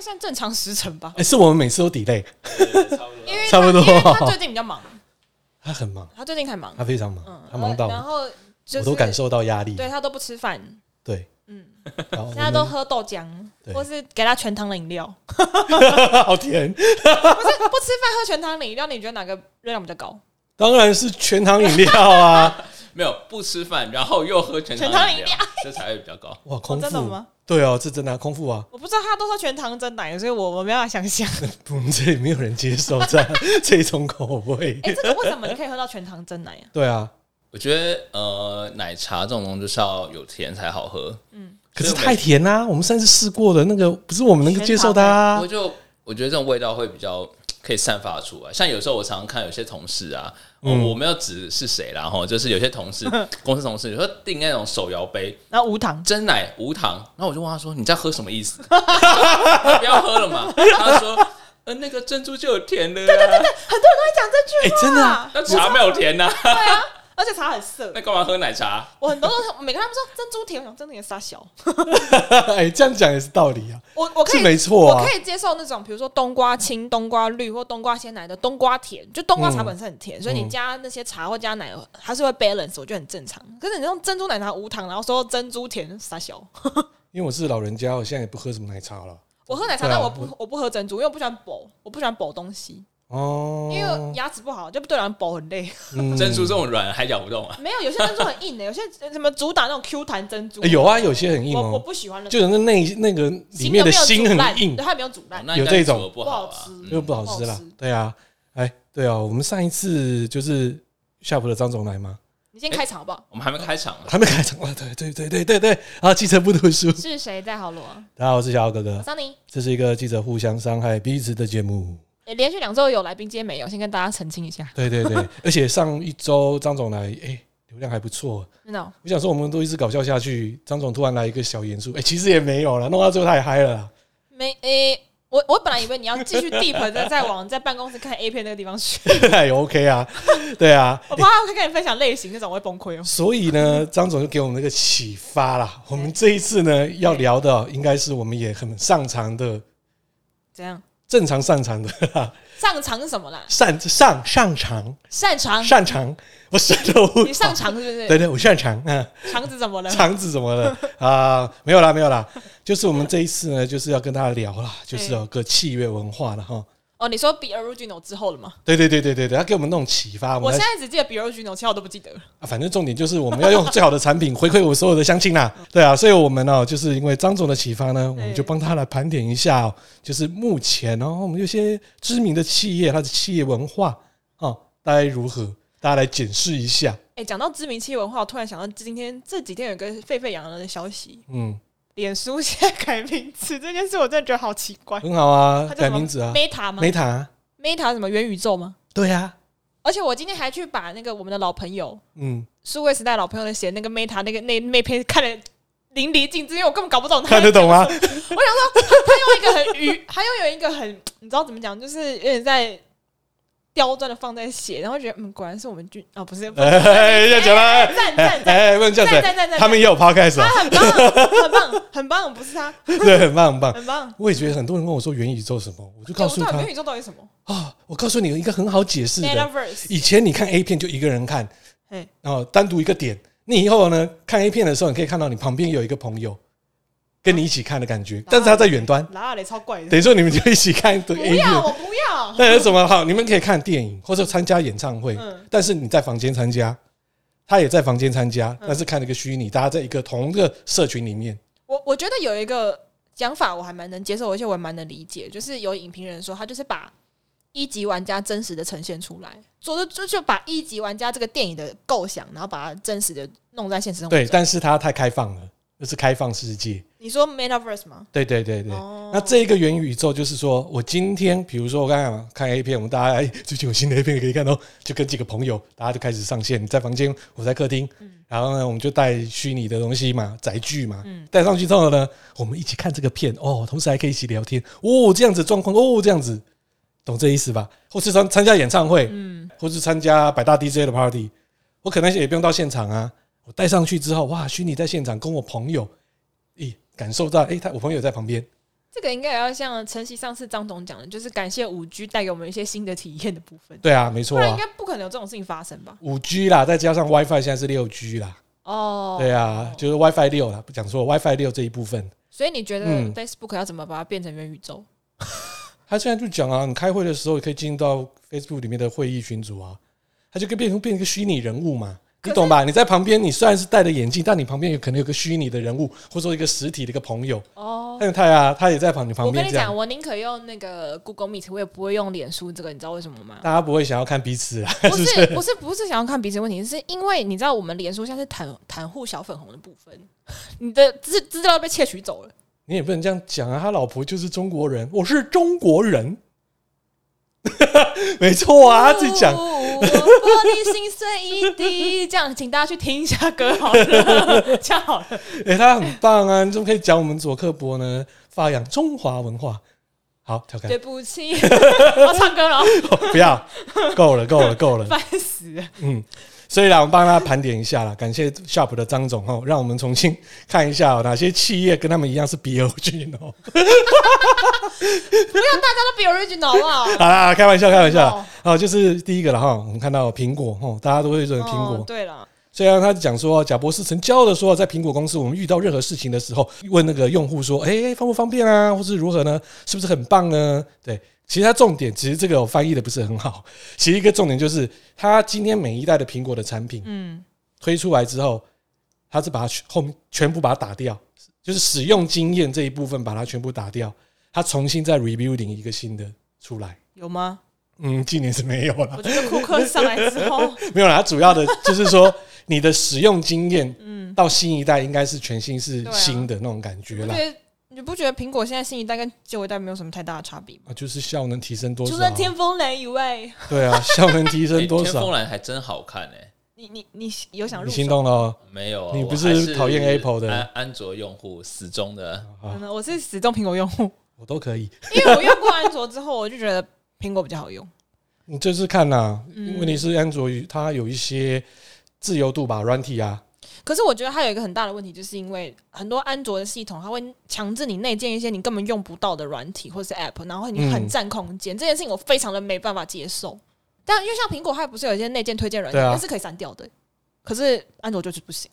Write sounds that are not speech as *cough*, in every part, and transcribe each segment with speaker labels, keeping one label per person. Speaker 1: 算正常时程吧，
Speaker 2: 哎，是我们每次都 delay，
Speaker 1: 因为他
Speaker 2: 差不多
Speaker 1: 因为他最近比较忙，
Speaker 2: 他很忙，
Speaker 1: 他最近太忙，
Speaker 2: 他非常忙，
Speaker 1: 嗯，
Speaker 2: 他忙
Speaker 1: 然
Speaker 2: 到
Speaker 1: 后就是
Speaker 2: 我都感，受到压力。
Speaker 1: 对他都不吃饭，
Speaker 2: 对，
Speaker 1: 嗯，
Speaker 2: 然后我
Speaker 1: 现在都
Speaker 2: 们
Speaker 1: 喝豆浆，
Speaker 2: 对
Speaker 1: 或是给他全糖的饮
Speaker 2: *laughs*
Speaker 1: 料，
Speaker 2: 好甜，
Speaker 1: 不是不吃饭喝全糖的饮料，你觉得哪个热量比较高？
Speaker 2: 当然是全糖饮
Speaker 1: *laughs*
Speaker 2: 料啊！
Speaker 3: 没有不吃饭，然后又喝全
Speaker 1: 全
Speaker 3: 糖
Speaker 1: 糖饮
Speaker 3: 饮料，这才会比较高。
Speaker 2: 哇，空
Speaker 1: 哦真的
Speaker 2: 腹
Speaker 1: 吗，
Speaker 2: 对哦，这真的啊空腹啊，
Speaker 1: 我不知道他都喝全糖真奶，所以我我没办法想
Speaker 2: *laughs*
Speaker 1: 象。
Speaker 2: 我们嗯这里没有人
Speaker 1: *laughs*
Speaker 2: 接受这样这种口味。
Speaker 1: 哎、这个为什么你可以喝到全糖真奶
Speaker 2: *laughs*
Speaker 1: 啊？
Speaker 2: 对啊，
Speaker 3: 我觉得呃，奶茶这种东西就是要有甜才好喝，
Speaker 2: 可是太甜啦、我们上次试过的那个不是我们能够接受的啊
Speaker 1: 哎
Speaker 3: 我。就我觉得这种味道会比较可以散发出来。像有时候我常常看有些同事啊，
Speaker 2: 嗯
Speaker 3: 哦、我没有指是谁啦，哈，就是有些同事公司同事，有时候订那种手摇杯
Speaker 1: 然后无糖，
Speaker 3: 真奶无糖，然后我就问他说：“你在喝什么意 *laughs* 思？不要喝了嘛。”他说。呃，那个珍珠就有甜的、啊，对对
Speaker 1: 他
Speaker 3: 对
Speaker 1: 讲这句话，
Speaker 2: 哎真的啊
Speaker 3: 那茶没有甜呐、啊，
Speaker 1: 而且茶很涩
Speaker 3: 那。干嘛喝奶茶？
Speaker 1: 我很多都是每个他们说珍珠甜，我想珍珠甜傻小。
Speaker 2: *laughs* 哎、这样讲也是道理啊，
Speaker 1: 我我可
Speaker 2: 是
Speaker 1: 以、
Speaker 2: 没错
Speaker 1: 我
Speaker 2: 啊
Speaker 1: 可。以接受那种，比如说冬瓜青、冬瓜绿或冬瓜鲜奶的冬瓜甜，就冬瓜茶本身很
Speaker 2: 嗯
Speaker 1: 甜，所以你加那些茶或加奶，它是会 balance，我觉得很正常。可是你用珍珠奶茶无糖，然后说珍珠甜傻小。
Speaker 2: 因为我是老人家，我现在也不喝什么奶茶了。
Speaker 1: 我喝奶茶，
Speaker 2: 对啊
Speaker 1: 但我不我不喝珍珠，因为我不喜欢补，我不喜欢补东西，
Speaker 2: 哦，
Speaker 1: 因为牙齿不好，就对人补很
Speaker 2: *laughs*
Speaker 1: 累。
Speaker 2: 嗯
Speaker 3: 珍珠这种软还咬不动啊？
Speaker 1: 没有，有些珍珠很硬欸的、有些什么主打那种 Q 弹珍珠，
Speaker 2: 哎有啊，有些很硬
Speaker 1: 我我
Speaker 2: 哦，
Speaker 1: 不喜欢的，
Speaker 2: 就有那内那个里面的心
Speaker 1: 没有煮
Speaker 2: 很
Speaker 1: 烂
Speaker 2: 硬
Speaker 1: 对，，它没有煮烂
Speaker 3: 哦，那
Speaker 2: 有
Speaker 3: 应该
Speaker 2: 这种
Speaker 3: 煮得不
Speaker 1: 不好
Speaker 3: 好啊
Speaker 1: 吃，
Speaker 2: 又不好吃
Speaker 1: 不
Speaker 2: 啦
Speaker 1: 好吃。
Speaker 2: 对啊，哎，对啊，我们上一次就是夏普的张总来吗？
Speaker 1: 你
Speaker 2: 哎
Speaker 1: 先开场好不好？
Speaker 3: 我们还没开场呢，
Speaker 2: 还没开场啊？对对对对对对，啊，记者不读书。
Speaker 1: 是谁在啊好罗？
Speaker 2: 大家好，我是小姚哥
Speaker 1: 我
Speaker 2: 哥，
Speaker 1: 桑尼，
Speaker 2: 这是一个记者互相伤害彼此的节目。
Speaker 1: 诶连续两周有来宾，今天没有，先跟大家澄清一下，
Speaker 2: 对对 *laughs* 对，而且上一周张总来，哎、流量还不错。
Speaker 1: 真的哦。
Speaker 2: 我想说，我们都一直搞笑下去，张总突然来一个小严肃，哎、其实也没有了，弄到最后太嗨了啦。 *laughs*
Speaker 1: 没诶、我我本来以为你要继续 deep 的再往在办公室看 A 片那个地方
Speaker 2: *laughs*
Speaker 1: 去，
Speaker 2: 也 OK 啊，对啊。
Speaker 1: 我怕他跟你分享类型那种我会崩溃哦。
Speaker 2: 所以呢，张总就给我们那个启发啦。我们这一次呢，要聊的哦应该是我们也很擅长的、
Speaker 1: 怎样？
Speaker 2: 正常擅长的啦
Speaker 1: 上场是什么啦？
Speaker 2: 擅上擅长
Speaker 1: 擅长，
Speaker 2: 擅长，我舌头不 *laughs*
Speaker 1: 你上场是不是？
Speaker 2: 对对，我擅长啊，
Speaker 1: 肠子怎么了？
Speaker 2: 肠子怎么了啊？没有啦，没有啦，就是我们这一次呢，就是要跟大家聊啦，就是哦有个器乐文化了哈。
Speaker 1: 哦，你说比 original 之后了吗？
Speaker 2: 对对对对对对，要给我们那种启发。我
Speaker 1: 我
Speaker 2: 们
Speaker 1: 现
Speaker 2: 来、
Speaker 1: 在只记得比 original，其他我都不记得了。
Speaker 2: 啊反正重点就是我们要用最好的产品 *laughs* 回馈我所有的乡亲啦。对啊，所以我们哦，就是因为张总的启发呢，我们就帮他来盘点一下、哦，就是目前哦，我们有些知名的企业，它的企业文化哦，大概如何？大家来检视一下。
Speaker 1: 哎，讲到知名企业文化，我突然想到今天这几天有一个沸沸扬扬的消息，
Speaker 2: 嗯，
Speaker 1: 脸书现在改名字这件事，我真的觉得好奇怪。
Speaker 2: 很好啊，
Speaker 1: 它叫
Speaker 2: 改
Speaker 1: 什么
Speaker 2: 名字啊
Speaker 1: ，Meta 吗
Speaker 2: ，Meta。
Speaker 1: ？Meta 什么元宇宙吗？
Speaker 2: 对啊，
Speaker 1: 而且我今天还去把那个我们的老朋友
Speaker 2: 嗯，
Speaker 1: 数位时代老朋友的写那个 Meta 那个那那篇看得淋漓尽致，因为我根本搞不懂他。
Speaker 2: 看得懂吗？
Speaker 1: 他用一个很愚， *laughs* 他又有一个很你知道怎么讲，就是有点在刁钻的放在写，然后觉得嗯，果然是我们军哦，不是，赞
Speaker 2: 哎，要讲了，
Speaker 1: 赞
Speaker 2: 哎
Speaker 1: *laughs* 赞赞
Speaker 2: 哎，不能这样
Speaker 1: 赞
Speaker 2: 子，
Speaker 1: 赞赞，啊
Speaker 2: 他们也有 podcast，哦
Speaker 1: 他很棒，很棒，很棒，不是他，
Speaker 2: 对，很棒很棒。
Speaker 1: 很棒。
Speaker 2: 我也觉得很多人问我说元宇宙什么，我就告
Speaker 1: 我
Speaker 2: 诉
Speaker 1: 到底
Speaker 2: 他
Speaker 1: 元宇宙到底是什么
Speaker 2: 啊，我告诉你一个很好解释的。
Speaker 1: ？Metaverse，
Speaker 2: 以前你看 A 片就一个人看，
Speaker 1: 哎，
Speaker 2: 然后单独一个点，你以后呢看 A 片的时候，你可以看到你旁边有一个朋友跟你一起看的感
Speaker 1: 哦
Speaker 2: 觉，但是他在
Speaker 1: *laughs*
Speaker 2: 远端，
Speaker 1: 拉嘞超怪的，
Speaker 2: 等于说你们就一起看对 A
Speaker 1: 不要，
Speaker 2: 片。
Speaker 1: 我不要，
Speaker 2: 那有什么好？你们可以看电影或者参加演唱会，
Speaker 1: 嗯
Speaker 2: 但是你在房间参加，他也在房间参加，
Speaker 1: 嗯
Speaker 2: 但是看了一个虚拟，大家在一个同一个社群里面。
Speaker 1: 我我觉得有一个讲法我还蛮能接受，而且我也蛮能理解，就是有影评人说他就是把一级玩家真实的呈现出来，做就就就把一级玩家这个电影的构想，然后把它真实的弄在现实生活
Speaker 2: 对，
Speaker 1: 中。
Speaker 2: 但是它太开放了，就是开放世界。
Speaker 1: 你说 Metaverse 吗？
Speaker 2: 对对对对。
Speaker 1: 哦
Speaker 2: 那这一个元宇宙就是说，我今天比如说我刚刚看 A 片，我们大家哎最近有新的 A 片可以看哦，就跟几个朋友，大家就开始上线，你在房间，我在客厅，
Speaker 1: 嗯
Speaker 2: 然后呢我们就带虚拟的东西嘛，载具嘛，
Speaker 1: 嗯
Speaker 2: 带上去之后呢，我们一起看这个片哦，同时还可以一起聊天哦，这样子状况哦，这样子，懂这意思吧？或是参参加演唱会，
Speaker 1: 嗯，
Speaker 2: 或是参加百大 DJ 的 party，我可能也不用到现场啊。我带上去之后，哇，虚拟在现场跟我朋友，咦，感受到，诶，他我朋友在旁边，
Speaker 1: 这个应该也要像晨曦上次张总讲的，就是感谢五 G 带给我们一些新的体验的部分，
Speaker 2: 对啊，没
Speaker 1: 不
Speaker 2: 错
Speaker 1: 然应
Speaker 2: 啊，
Speaker 1: 该不可能有这种事情发生吧？
Speaker 2: 五 G 啦，再加上 WiFi 现在是六 G 啦，
Speaker 1: 哦，
Speaker 2: 对啊，就是 WiFi 六啦，不讲错，WiFi 六这一部分，
Speaker 1: 所以你觉得
Speaker 2: 嗯
Speaker 1: Facebook 要怎么把它变成元宇宙？
Speaker 2: 他现在就讲啊，你开会的时候可以进到 Facebook 里面的会议群组啊，他就可以变成变成一个虚拟人物嘛，
Speaker 1: 可
Speaker 2: 你
Speaker 1: 是
Speaker 2: 懂吧？你在旁边，你虽然是戴着眼镜，但你旁边有可能有个虚拟的人物，或者说一个实体的一个朋友，
Speaker 1: 哦，
Speaker 2: 但是他呀，他也在旁你旁
Speaker 1: 我跟
Speaker 2: 边
Speaker 1: 你
Speaker 2: 这样
Speaker 1: 讲，，我宁可用那个 Google Meet，我也不会用脸书这个，你知道为什么吗？
Speaker 2: 大家不会想要看彼此啊，
Speaker 1: 不
Speaker 2: 是不
Speaker 1: 是
Speaker 2: 是？
Speaker 1: 不是不是想要看彼此问题，是因为你知道我们脸书像是袒袒护小粉红的部分，你的资资料被窃取走了。
Speaker 2: 你也不能这样讲啊，他老婆就是中国人，我是中国人， *laughs* 没错啊，他自己讲
Speaker 1: 哦。我玻璃心碎一地。这样，请大家去听一下歌好了，这样好了。
Speaker 2: 哎、他很棒啊！你怎么可以讲我们佐克伯呢？发扬中华文化。好，跳开，哦
Speaker 1: 对不起， *laughs* 我要唱歌了，
Speaker 2: 不要，够了，够了，够了。
Speaker 1: 烦死了。
Speaker 2: 嗯，所以啦，我们帮大家盘点一下啦，感谢 Sharp 的张总哦，让我们重新看一下、哦、哪些企业跟他们一样是 BOG 哦。
Speaker 1: 不要大家都比 original 好不好？
Speaker 2: *laughs* 好啦，开玩笑，开玩笑
Speaker 1: 哦。
Speaker 2: 好，就是第一个了哈，我们看到苹果哦，大家都会认为苹果、
Speaker 1: 哦对了，
Speaker 2: 虽然他讲说，贾博士曾骄傲的说，在苹果公司，我们遇到任何事情的时候，问那个用户说：“哎、方不方便啊？或是如何呢？是不是很棒呢？”对，其实他重点，其实这个我翻译的不是很好。其实一个重点就是，他今天每一代的苹果的产品
Speaker 1: 嗯，
Speaker 2: 推出来之后，他是把它全后面全部把它打掉，就是使用经验这一部分把它全部打掉，他重新再 rebuilding 一个新的出来。
Speaker 1: 有吗？
Speaker 2: 嗯，今年是没有了
Speaker 1: 我，觉得库克上来之
Speaker 2: *laughs*
Speaker 1: 后，
Speaker 2: 没有啦，它主要的就是说你的使用经验
Speaker 1: 嗯，
Speaker 2: 到新一代应该是全新是
Speaker 1: 对啊
Speaker 2: 新的那种感觉
Speaker 1: 我
Speaker 2: 啦
Speaker 1: 觉，得你不觉得苹果现在新一代跟旧一代没有什么太大的差别吗？
Speaker 2: 啊，就是效能提升多
Speaker 1: 除
Speaker 2: 少
Speaker 1: 了
Speaker 2: 啊？
Speaker 1: 天风蓝以外，
Speaker 2: 对
Speaker 1: *laughs*
Speaker 2: 啊，效能提
Speaker 3: 诶
Speaker 2: 升多
Speaker 3: 哎天风
Speaker 2: 少？
Speaker 3: 蓝还真好看哎，
Speaker 1: 你你你有想入
Speaker 2: 你心
Speaker 1: 手？
Speaker 2: 动了哦？
Speaker 3: 没有啊，
Speaker 2: 你不
Speaker 3: 我
Speaker 2: 是
Speaker 3: 还
Speaker 2: 讨厌 Apple 的
Speaker 3: 安安卓用户，死忠的。
Speaker 2: 啊，
Speaker 1: 嗯，我是始终苹果用户，
Speaker 2: 我都可以。
Speaker 1: *laughs* 因为我用过安卓之后，我就觉得苹果比较好用。
Speaker 2: 你这次看啊啦，
Speaker 1: 嗯
Speaker 2: 问题是安卓它有一些自由度吧，软体啊，
Speaker 1: 可是我觉得它有一个很大的问题，就是因为很多安卓的系统，它会强制你内建一些你根本用不到的软体或是 App，然后你
Speaker 2: 嗯
Speaker 1: 很占空间。这件事情我非常的没办法接受。但因为像苹果，它不是有一些内建推荐软件，
Speaker 2: 对啊
Speaker 1: 它是可以删掉的。可是安卓就是不行，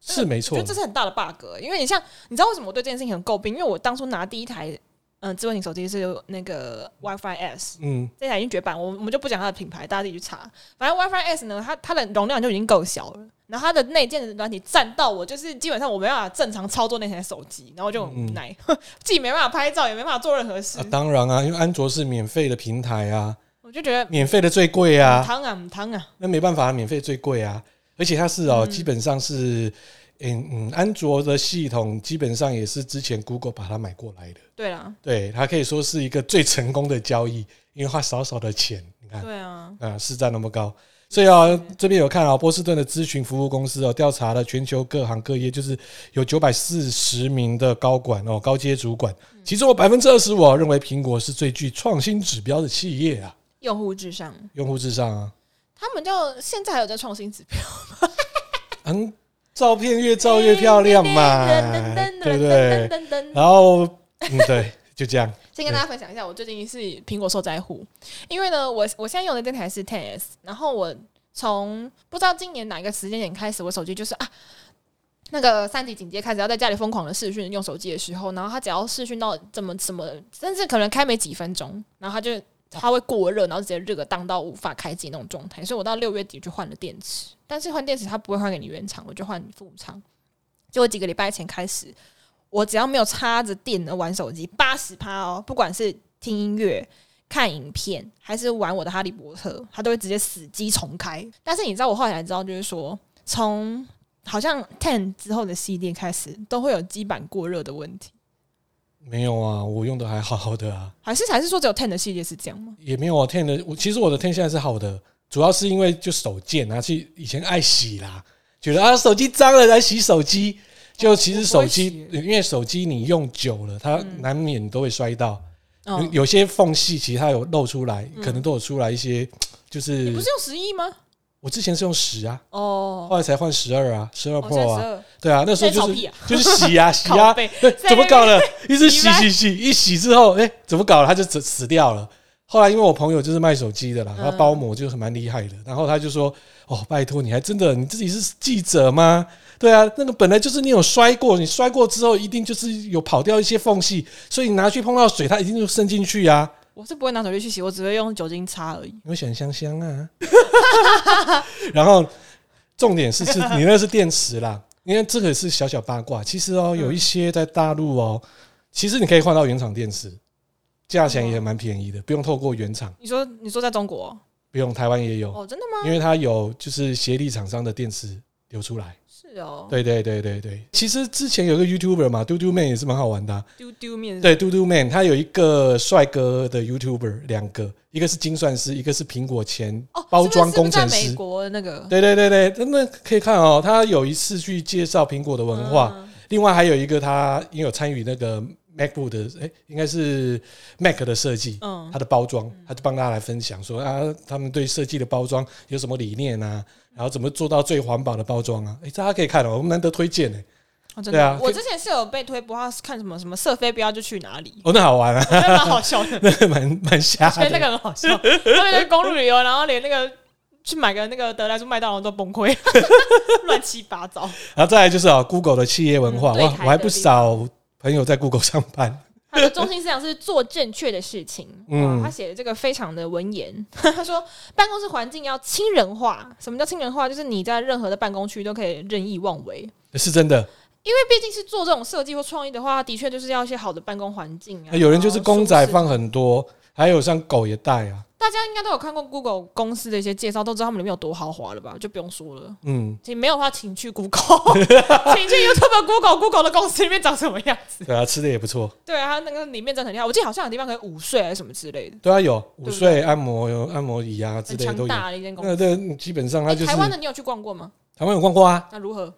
Speaker 2: 是没
Speaker 1: 我
Speaker 2: 错
Speaker 1: 觉得。嗯这是很大的 bug 欸、因为你像，你知道为什么我对这件事情很诟病？因为我当初拿第一台嗯、智慧型手机是那个 WiFi S，
Speaker 2: 嗯，
Speaker 1: 这台已经绝版，我我们就不讲它的品牌，大家自己去查。反正 WiFi S 呢，它它的容量就已经够小了，然后它的内建的软体占到我，就是基本上我没办法正常操作那台手机，然后我就很无奈，自己没办法拍照，也没办法做任何事，
Speaker 2: 啊当然啊，因为安卓是免费的平台啊，
Speaker 1: 我就觉得
Speaker 2: 免费的最贵啊，
Speaker 1: 汤啊汤啊，
Speaker 2: 那没办法，免费最贵啊，而且它是
Speaker 1: 嗯
Speaker 2: 哦，基本上是。嗯嗯，安卓的系统基本上也是之前 Google 把它买过来的。
Speaker 1: 对啦，
Speaker 2: 对，它可以说是一个最成功的交易，因为花少少的钱，你看，
Speaker 1: 对啊，
Speaker 2: 啊，市占那么高。所以啊，这边有看啊，波士顿的咨询服务公司哦，调查了全球各行各业，就是有九百四十名的高管哦，高阶主管，其中有百分之二十五认为苹果是最具创新指标的企业啊，
Speaker 1: 用户至上，
Speaker 2: 用户至上啊，
Speaker 1: 他们就现在还有在创新指标，
Speaker 2: 嗯，照片越照越漂亮嘛，对不对？
Speaker 1: 噔噔
Speaker 2: 然后，嗯，对，就这样，
Speaker 1: 先跟大家分享一下，我最近是苹果受灾户，因为呢，我我现在用的这台是 10s，然后我从不知道今年哪一个时间点开始，我手机就是啊，那个三级警戒开始要在家里疯狂的视讯用手机的时候，然后它只要视讯到怎么怎么，甚至可能开没几分钟，然后它就它会过热，然后直接热个当到无法开机那种状态，所以我到六月底就换了电池，但是换电池它不会换给你原厂，我就换副厂，就我几个礼拜前开始，我只要没有插着电的玩手机，八十趴哦，不管是听音乐、看影片，还是玩我的《哈利波特》，它都会直接死机重开。但是你知道，我后来才知道，就是说，从好像 Ten 之后的系列开始，都会有基板过热的问题，
Speaker 2: 没有啊，我用的还好好的啊。
Speaker 1: 还是还是说只有 Ten 的系列是这样吗？
Speaker 2: 也没有啊 Ten 的，我其实我的 Ten 现在是好的，主要是因为就手贱啊，去以前爱洗啦，觉得啊手机脏了来洗手机，就其实手机
Speaker 1: 哦我不
Speaker 2: 因为手机你用久了，它
Speaker 1: 嗯
Speaker 2: 难免都会摔到，有
Speaker 1: 嗯，
Speaker 2: 有些缝隙其实它有露出来，
Speaker 1: 嗯
Speaker 2: 可能都有出来一些，就
Speaker 1: 你不
Speaker 2: 是
Speaker 1: 是用十一吗？
Speaker 2: 我之前是用十啊，
Speaker 1: 哦，
Speaker 2: 后来才换十二啊，十二
Speaker 1: 我现在
Speaker 2: Pro
Speaker 1: 十
Speaker 2: 啊，
Speaker 1: 二，
Speaker 2: 对啊，那时候
Speaker 1: 现在
Speaker 2: 就
Speaker 1: 炒屁
Speaker 2: 是
Speaker 1: 啊
Speaker 2: 就是洗
Speaker 1: *laughs*
Speaker 2: 啊洗
Speaker 1: 靠
Speaker 2: 啊，
Speaker 1: 背
Speaker 2: 对，
Speaker 1: 在那边
Speaker 2: 怎么搞的？
Speaker 1: *laughs*
Speaker 2: 一直洗
Speaker 1: 洗吧
Speaker 2: 洗洗，一洗之后，哎，怎么搞的？它就死死掉了。后来因为我朋友就是卖手机的啦，
Speaker 1: 嗯
Speaker 2: 他包膜就是蛮厉害的，然后他就说：“哦，拜托，你还真的你自己是记者吗？对啊，那个本来就是你有摔过，你摔过之后一定就是有跑掉一些缝隙，所以你拿去碰到水，它一定就渗进去啊。”
Speaker 1: 我是不会拿手机去洗，我只会用酒精擦而已。
Speaker 2: 你会选香香啊。 *laughs* 然后重
Speaker 1: *laughs*
Speaker 2: 点是是你那是电池啦，因为这个是小小八卦。其实
Speaker 1: 嗯
Speaker 2: 哦，有一些在大陆哦，其实你可以换到原厂电池，价钱也蛮便宜
Speaker 1: 嗯
Speaker 2: 的，不用透过原厂，
Speaker 1: 你说，你说在中国
Speaker 2: 不用台湾也有，
Speaker 1: 哦，真的吗？
Speaker 2: 因为它有就是协力厂商的电池流出来。
Speaker 1: 是哦，
Speaker 2: 对对对对对，其实之前有个 YouTuber 嘛，嘟嘟妹也是蛮好玩的啊、
Speaker 1: 丢丢面
Speaker 2: 对，嘟嘟 man，他有一个帅哥的 YouTuber，两个，一个是精算师，一个是苹果前
Speaker 1: 哦，
Speaker 2: 包装工程
Speaker 1: 是不是在美
Speaker 2: 师。
Speaker 1: 国那个
Speaker 2: 对对对对，真的可以看哦。他有一次去介绍苹果的文化，
Speaker 1: 嗯
Speaker 2: 另外还有一个他因为有参与那个 MacBook 的，哎、应该是 Mac 的设计，
Speaker 1: 嗯
Speaker 2: 它的包装，他就帮大家来分享说啊，他们对设计的包装有什么理念啊，然后怎么做到最环保的包装啊？哎、大家可以看哦，我们难得推荐呢、
Speaker 1: 哦，真
Speaker 2: 对
Speaker 1: 的、
Speaker 2: 啊
Speaker 1: 我之前是有被推播，他是看什么什么射飞镖就去哪
Speaker 2: *laughs*
Speaker 1: 里，
Speaker 2: 哦，那好玩啊，，
Speaker 1: 我觉得蛮好笑的
Speaker 2: 那个蛮蛮瞎
Speaker 1: 觉得那
Speaker 2: 的。
Speaker 1: 个很好笑。他们在公路旅游，然后连那个去买个那个德莱猪麦当劳都崩溃， *laughs* 乱七八糟。
Speaker 2: 然后再来就是啊、Google 的企业文化，
Speaker 1: 嗯
Speaker 2: 我
Speaker 1: 对台的
Speaker 2: 我还不少朋友在 Google 上班，
Speaker 1: 他的中心思想是做正确的事情。
Speaker 2: 嗯
Speaker 1: 嗯，他写的这个非常的文言。 *laughs* 他说，办公室环境要亲人化。什么叫亲人化？就是你在任何的办公区都可以任意妄为。
Speaker 2: 是真的。
Speaker 1: 因为毕竟是做这种设计或创意的话，的确就是要一些好的办公环境啊。
Speaker 2: 哎有人就是公
Speaker 1: 然
Speaker 2: 仔
Speaker 1: 后舒适
Speaker 2: 放很多，还有像狗也带啊，
Speaker 1: 大家应该都有看过 Google 公司的一些介绍，都知道他们里面有多豪华了吧？就不用说了。
Speaker 2: 嗯，
Speaker 1: 请没有的话，请去 Google，请 *laughs* 去 YouTube Google Google 的公司里面长什么样子？ *laughs*
Speaker 2: 对啊，吃的也不错。
Speaker 1: 对啊，它那个里面真的很厉害。我记得好像有地方可以午睡还是什么之类的，
Speaker 2: 对啊，有午
Speaker 1: 对
Speaker 2: 睡按摩、有按摩椅啊之
Speaker 1: 很
Speaker 2: 类的
Speaker 1: 强
Speaker 2: 都有。
Speaker 1: 大的一间公司。
Speaker 2: 那这基本上它
Speaker 1: 诶
Speaker 2: 就是
Speaker 1: 台湾的，你有去逛过吗？
Speaker 2: 台湾有逛过啊，
Speaker 1: 那如何？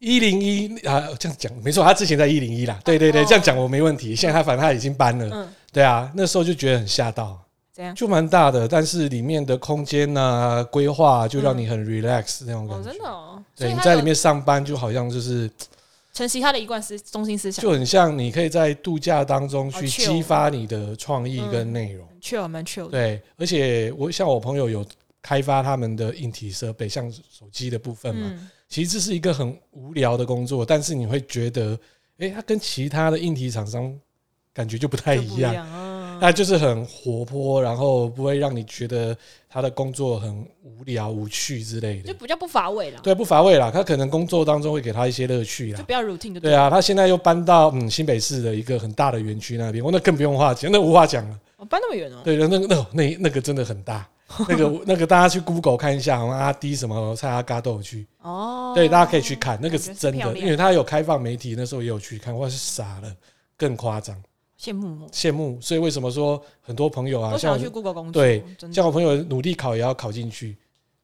Speaker 2: 一零一啊，这样讲没错，他之前在一零一啦，对对对，
Speaker 1: 哦
Speaker 2: 这样讲我没问题。现在他反正他已经搬了，
Speaker 1: 嗯，
Speaker 2: 对啊，那时候就觉得很吓到，
Speaker 1: 怎样？
Speaker 2: 就蛮大的，但是里面的空间呐、规划啊就让你很 relax 那种
Speaker 1: 嗯
Speaker 2: 感
Speaker 1: 哦，
Speaker 2: 觉。
Speaker 1: 真的哦。所以
Speaker 2: 对，你
Speaker 1: 它
Speaker 2: 在
Speaker 1: 有
Speaker 2: 里面上班就好像就是，
Speaker 1: 承袭他的一贯思中心思想，
Speaker 2: 就很像你可以在度假当中
Speaker 1: 好
Speaker 2: 去
Speaker 1: chill
Speaker 2: 激发你的创意跟内容。
Speaker 1: 很 chill 蛮 chill 的。
Speaker 2: 对，而且我像我朋友有开发他们的硬体设备，像手机的部分嘛，
Speaker 1: 嗯，
Speaker 2: 其实这是一个很无聊的工作，但是你会觉得，诶，它跟其他的硬体厂商感觉就不太
Speaker 1: 就不
Speaker 2: 一
Speaker 1: 一
Speaker 2: 样。
Speaker 1: 样啊。
Speaker 2: 它就是很活泼，然后不会让你觉得他的工作很无聊、无趣之类
Speaker 1: 就
Speaker 2: 的。
Speaker 1: 比较不乏味啦，
Speaker 2: 对，不乏味啦。他可能工作当中会给他一些乐趣啦
Speaker 1: 就。比较 routine 就
Speaker 2: 对
Speaker 1: 了。
Speaker 2: 啊，他现在又搬到嗯新北市的一个很大的园区那边，我哦那更不用话讲，那无话讲了。
Speaker 1: 我搬那么远哦，
Speaker 2: 对，那那那那那个真的很
Speaker 1: *laughs*
Speaker 2: 大，那个那个大家去 Google 看一下，阿迪什么蔡阿嘎都有去，
Speaker 1: 哦，
Speaker 2: 对，大家可以去看，那个是
Speaker 1: 感觉是
Speaker 2: 真
Speaker 1: 漂
Speaker 2: 的，
Speaker 1: 亮
Speaker 2: 因为他有开放媒体，那时候也有去看，哇，是傻了，更夸张，
Speaker 1: 羡慕哦，
Speaker 2: 羡慕。所以为什么说很多朋友啊，
Speaker 1: 都想
Speaker 2: 像
Speaker 1: 要去
Speaker 2: 我
Speaker 1: Google 工作，
Speaker 2: 对
Speaker 1: 真的
Speaker 2: 像。我朋友努力考也要考进去，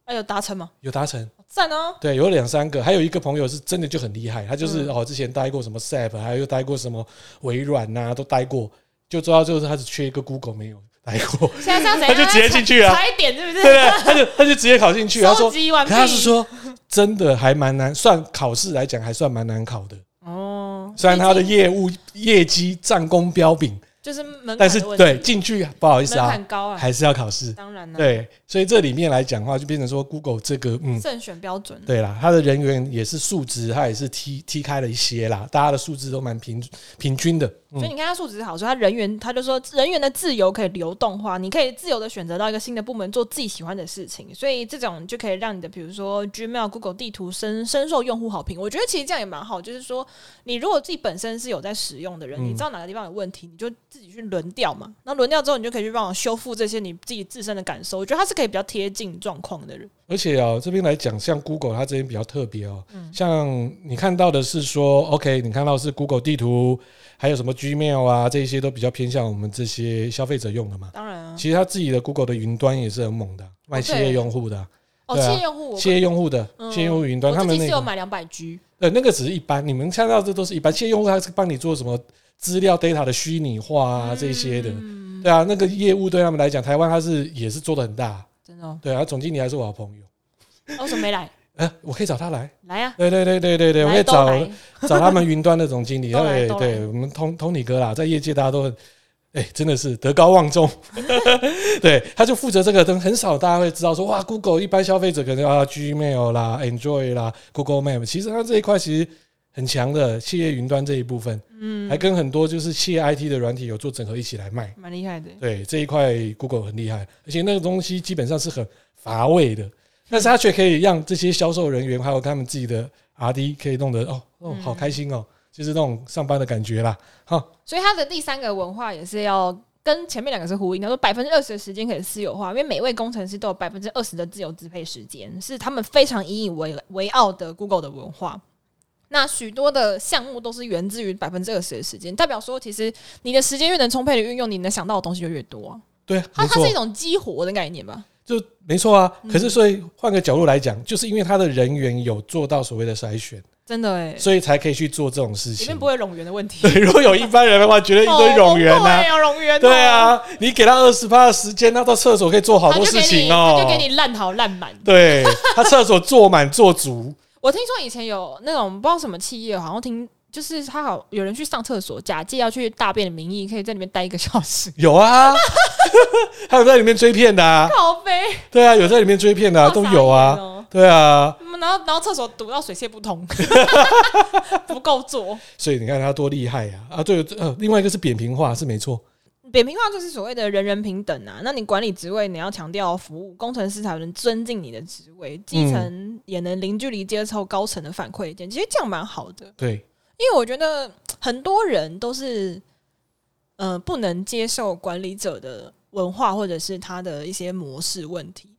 Speaker 1: 哎有达成吗？
Speaker 2: 有达成。
Speaker 1: 赞哦，
Speaker 2: 对，有两三个，还有一个朋友是真的就很厉害，他就是、
Speaker 1: 嗯
Speaker 2: 哦，之前待过什么 SAP，还有待过什么微软呐、都待过，就知道就是他只缺一个 Google 没有待
Speaker 1: *laughs*
Speaker 2: 过，
Speaker 1: 现在是要怎
Speaker 2: 他
Speaker 1: 样？
Speaker 2: 就直接进去啊，
Speaker 1: 踩点是不是？
Speaker 2: 对对，他就他就直接考进去，他
Speaker 1: 收
Speaker 2: 说，
Speaker 1: 集完
Speaker 2: 可
Speaker 1: 毕。
Speaker 2: 他是说真的还蛮难，算考试来讲还算蛮难考的，
Speaker 1: 哦，
Speaker 2: 虽然他的业务业绩战功彪炳，
Speaker 1: 就是门槛的问题，
Speaker 2: 但是对进去不好意思
Speaker 1: 门
Speaker 2: 啊，
Speaker 1: 槛高啊，
Speaker 2: 还是要考试。
Speaker 1: 当然了，，
Speaker 2: 对，所以这里面来讲的话，就变成说 Google 这个嗯。
Speaker 1: 慎选标准。
Speaker 2: 对啦，他的人员也是数值，他也是踢踢开了一些啦，大家的数值都蛮平平均的。
Speaker 1: 所以
Speaker 2: 嗯，
Speaker 1: 你看他素质好，所以他人员他就说人员的自由可以流动化，你可以自由的选择到一个新的部门做自己喜欢的事情，所以这种就可以让你的比如说 Gmail、Google 地图深深受用户好评。我觉得其实这样也蛮好，就是说你如果自己本身是有在使用的人，
Speaker 2: 嗯
Speaker 1: 你知道哪个地方有问题，你就自己去轮调嘛。那轮调之后，你就可以去帮我修复这些你自己自身的感受。我觉得他是可以比较贴近状况的人。
Speaker 2: 而且哦，这边来讲，像 Google 它这边比较特别哦，
Speaker 1: 嗯
Speaker 2: 像你看到的是说，OK，你看到的是 Google 地图，还有什么 Gmail 啊，这一些都比较偏向我们这些消费者用的嘛。
Speaker 1: 当然啊，
Speaker 2: 其实它自己的 Google 的云端也是很猛的，卖企业用户的啊，
Speaker 1: 哦，
Speaker 2: 对啊
Speaker 1: 企业用哦户我
Speaker 2: 企业用户的
Speaker 1: 嗯
Speaker 2: 企业用户云端，他
Speaker 1: 我自
Speaker 2: 们
Speaker 1: 己是
Speaker 2: 那
Speaker 1: 有
Speaker 2: 个
Speaker 1: 买两百 G，
Speaker 2: 对那个只是一般，你们看到这都是一般，企业用户它是帮你做什么资料 data 的虚拟化啊这些的。
Speaker 1: 嗯，
Speaker 2: 对啊，那个业务对他们来讲，台湾它是也是做的很大，
Speaker 1: 真的哦、
Speaker 2: 对啊，总经理还是我好朋友，
Speaker 1: 哦为什么没来？
Speaker 2: 呃，我可以找他来。
Speaker 1: 来呀、
Speaker 2: 对对对对对对，
Speaker 1: 啊，
Speaker 2: 我
Speaker 1: 来
Speaker 2: 可以
Speaker 1: 都
Speaker 2: 找
Speaker 1: 来
Speaker 2: 找他们云端的总经
Speaker 1: *laughs*
Speaker 2: 理。
Speaker 1: 都来
Speaker 2: 对
Speaker 1: 都来
Speaker 2: 对，我们通通你哥啦，在业界大家都很，哎、真的是德高望重。 *laughs* 对，他就负责这个，很很少大家会知道说，哇，Google 一般消费者可能啊，Gmail 啦，Enjoy 啦，Google Map，其实它这一块其实很强的，企业云端这一部分，嗯，还跟很多就是企业 IT 的软体有做整合一起来卖。
Speaker 1: 蛮厉害的。
Speaker 2: 对这一块，Google 很厉害，而且那个东西基本上是很乏味的，但是它却可以让这些销售人员还有他们自己的 RD 可以弄得哦哦
Speaker 1: 嗯
Speaker 2: 好开心哦，就是那种上班的感觉啦。
Speaker 1: 所以他的第三个文化也是要跟前面两个是呼应。他说百分之二十的时间可以私有化，因为每位工程师都有百分之二十的自由支配时间，是他们非常引以为为傲的 Google 的文化。那许多的项目都是源自于百分之二十的时间，代表说其实你的时间越能充沛的运用，你能想到的东西就越多啊、
Speaker 2: 对啊，
Speaker 1: 它
Speaker 2: 没
Speaker 1: 它嗯
Speaker 2: 错
Speaker 1: 是一，种激活的概念吧？
Speaker 2: 就没错啊。可是所以换个角度来讲，就是因为他的人员有做到所谓的筛选，
Speaker 1: 真的哎、
Speaker 2: 所以才可以去做这种事
Speaker 1: 里
Speaker 2: 情
Speaker 1: 面不。会冗员的问题。
Speaker 2: 对，如果有 *laughs* 一般人的话，绝对一堆冗员
Speaker 1: 哦
Speaker 2: 呐。
Speaker 1: 对，有冗员、
Speaker 2: 对，啊，你给他二十趴的时间，他到厕所可以做好
Speaker 1: 他
Speaker 2: 多
Speaker 1: 就给
Speaker 2: 事
Speaker 1: 你，
Speaker 2: 情
Speaker 1: 他
Speaker 2: 哦。
Speaker 1: 就给你烂好烂满。
Speaker 2: 对他厕所坐满坐足，，
Speaker 1: 我听说以前有那种不知道什么企业，好像听就是他好有人去上厕所，假借要去大便的名义，可以在里面待一个小时
Speaker 2: 有啊， *laughs* 还有在里面追片的啊，
Speaker 1: *laughs* 靠背
Speaker 2: 对啊，有在里面追片的、啊、都有啊，。对啊，
Speaker 1: 嗯然后，然后厕所堵到水泄不通， *laughs* 不够坐。
Speaker 2: 所以你看他多厉害呀、啊！啊，对，呃，另外一个是扁平化是没错，
Speaker 1: *laughs* 扁平化就是所谓的人人平等啊。那你管理职位，你要强调服务，工程师才能尊敬你的职位，基层也能零距离接受高层的反馈意见。其实这样蛮好的。
Speaker 2: 对，
Speaker 1: 因为我觉得很多人都是，呃，不能接受管理者的文化或者是他的一些模式问题。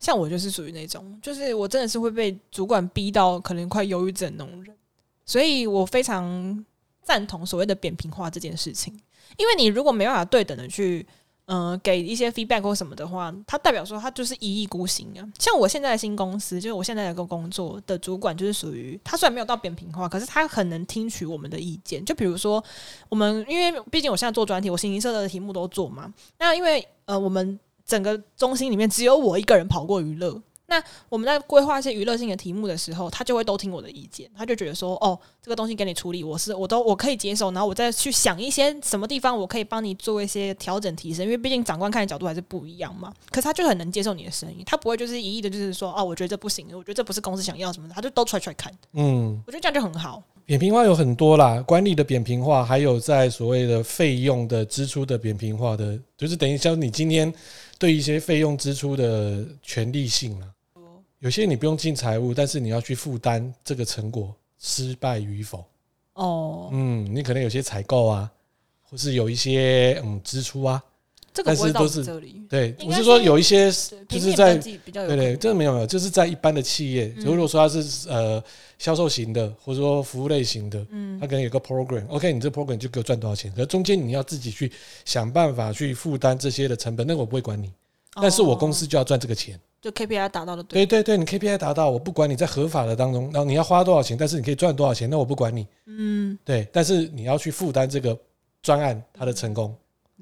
Speaker 1: 像我就是属于那种，就是我真的是会被主管逼到可能快忧郁症那种人，所以我非常赞同所谓的扁平化这件事情。因为你如果没办法对等的去，呃，给一些 feedback 或什么的话，它代表说他就是一意孤行啊。像我现在的新公司，就是我现在的工工作的主管，就是属于他虽然没有到扁平化，可是他很能听取我们的意见。就比如说，我们因为毕竟我现在做专题，我形形色色的题目都做嘛。那因为呃，我们整个中心里面只有我一个人跑过娱乐。那我们在规划一些娱乐性的题目的时候，他就会都听我的意见，他就觉得说，哦，这个东西给你处理，我是我都我可以接受，然后我再去想一些什么地方我可以帮你做一些调整提升，因为毕竟长官看的角度还是不一样嘛。可是他就很能接受你的声音，他不会就是一意的，就是说，哦，我觉得这不行，我觉得这不是公司想要什么的，他就都揣揣看。
Speaker 2: 嗯，
Speaker 1: 我觉得这样就很好。
Speaker 2: 扁平化有很多啦，管理的扁平化，还有在所谓的费用的支出的扁平化的，就是等于像你今天对一些费用支出的权利性啦，有些你不用进财务，但是你要去负担这个成果失败与否。
Speaker 1: 哦，
Speaker 2: 嗯，你可能有些采购啊，或是有一些嗯支出啊，
Speaker 1: 这个不会
Speaker 2: 但是
Speaker 1: 到
Speaker 2: 都
Speaker 1: 我
Speaker 2: 是
Speaker 1: 这里，
Speaker 2: 对
Speaker 1: 应
Speaker 2: 我
Speaker 1: 该
Speaker 2: 是说
Speaker 1: 是
Speaker 2: 有一些就
Speaker 1: 平
Speaker 2: 是
Speaker 1: 面
Speaker 2: 在
Speaker 1: 设计比较有
Speaker 2: 对对，
Speaker 1: 可
Speaker 2: 这个没有没有，就是在一般的企业，
Speaker 1: 嗯
Speaker 2: 如果说它是呃销售型的，或者说服务类型的，
Speaker 1: 能
Speaker 2: 它
Speaker 1: 嗯
Speaker 2: 可能有个 program，OK，、你这 program 就给我赚多少钱，可是中间你要自己去想办法去负担这些的成本，那个我不会管你，
Speaker 1: 哦
Speaker 2: 但是我公司就要赚这个钱。
Speaker 1: 就 KPI 达到了，对，
Speaker 2: 对对对，你 KPI 达到，我不管你在合法的当中，然后你要花多少钱，但是你可以赚多少钱，那我不管你。
Speaker 1: 嗯，
Speaker 2: 对，但是你要去负担这个专案它的成功。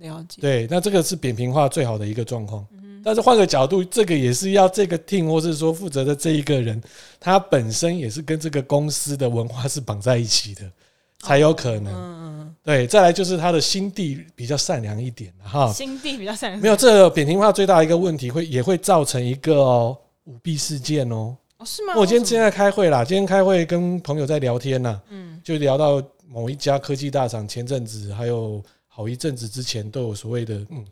Speaker 1: 嗯了解，
Speaker 2: 对，那这个是扁平化最好的一个状况。
Speaker 1: 嗯
Speaker 2: 但是换个角度，这个也是要这个 team 或是说负责的这一个人，他本身也是跟这个公司的文化是绑在一起的，才有可
Speaker 1: 嗯
Speaker 2: 能。
Speaker 1: 嗯，
Speaker 2: 对，再来就是他的心地比较善良一点啊
Speaker 1: 嗯
Speaker 2: 哈。
Speaker 1: 心地比较善良，
Speaker 2: 没有这个扁平化最大的一个问题会也会造成一个哦舞弊事件哦。
Speaker 1: 哦是吗？
Speaker 2: 我今天
Speaker 1: 为什
Speaker 2: 正在开会啦，今天开会跟朋友在聊天呐、
Speaker 1: 么嗯
Speaker 2: 就聊到某一家科技大厂，前阵子还有好一阵子之前都有所谓的，嗯，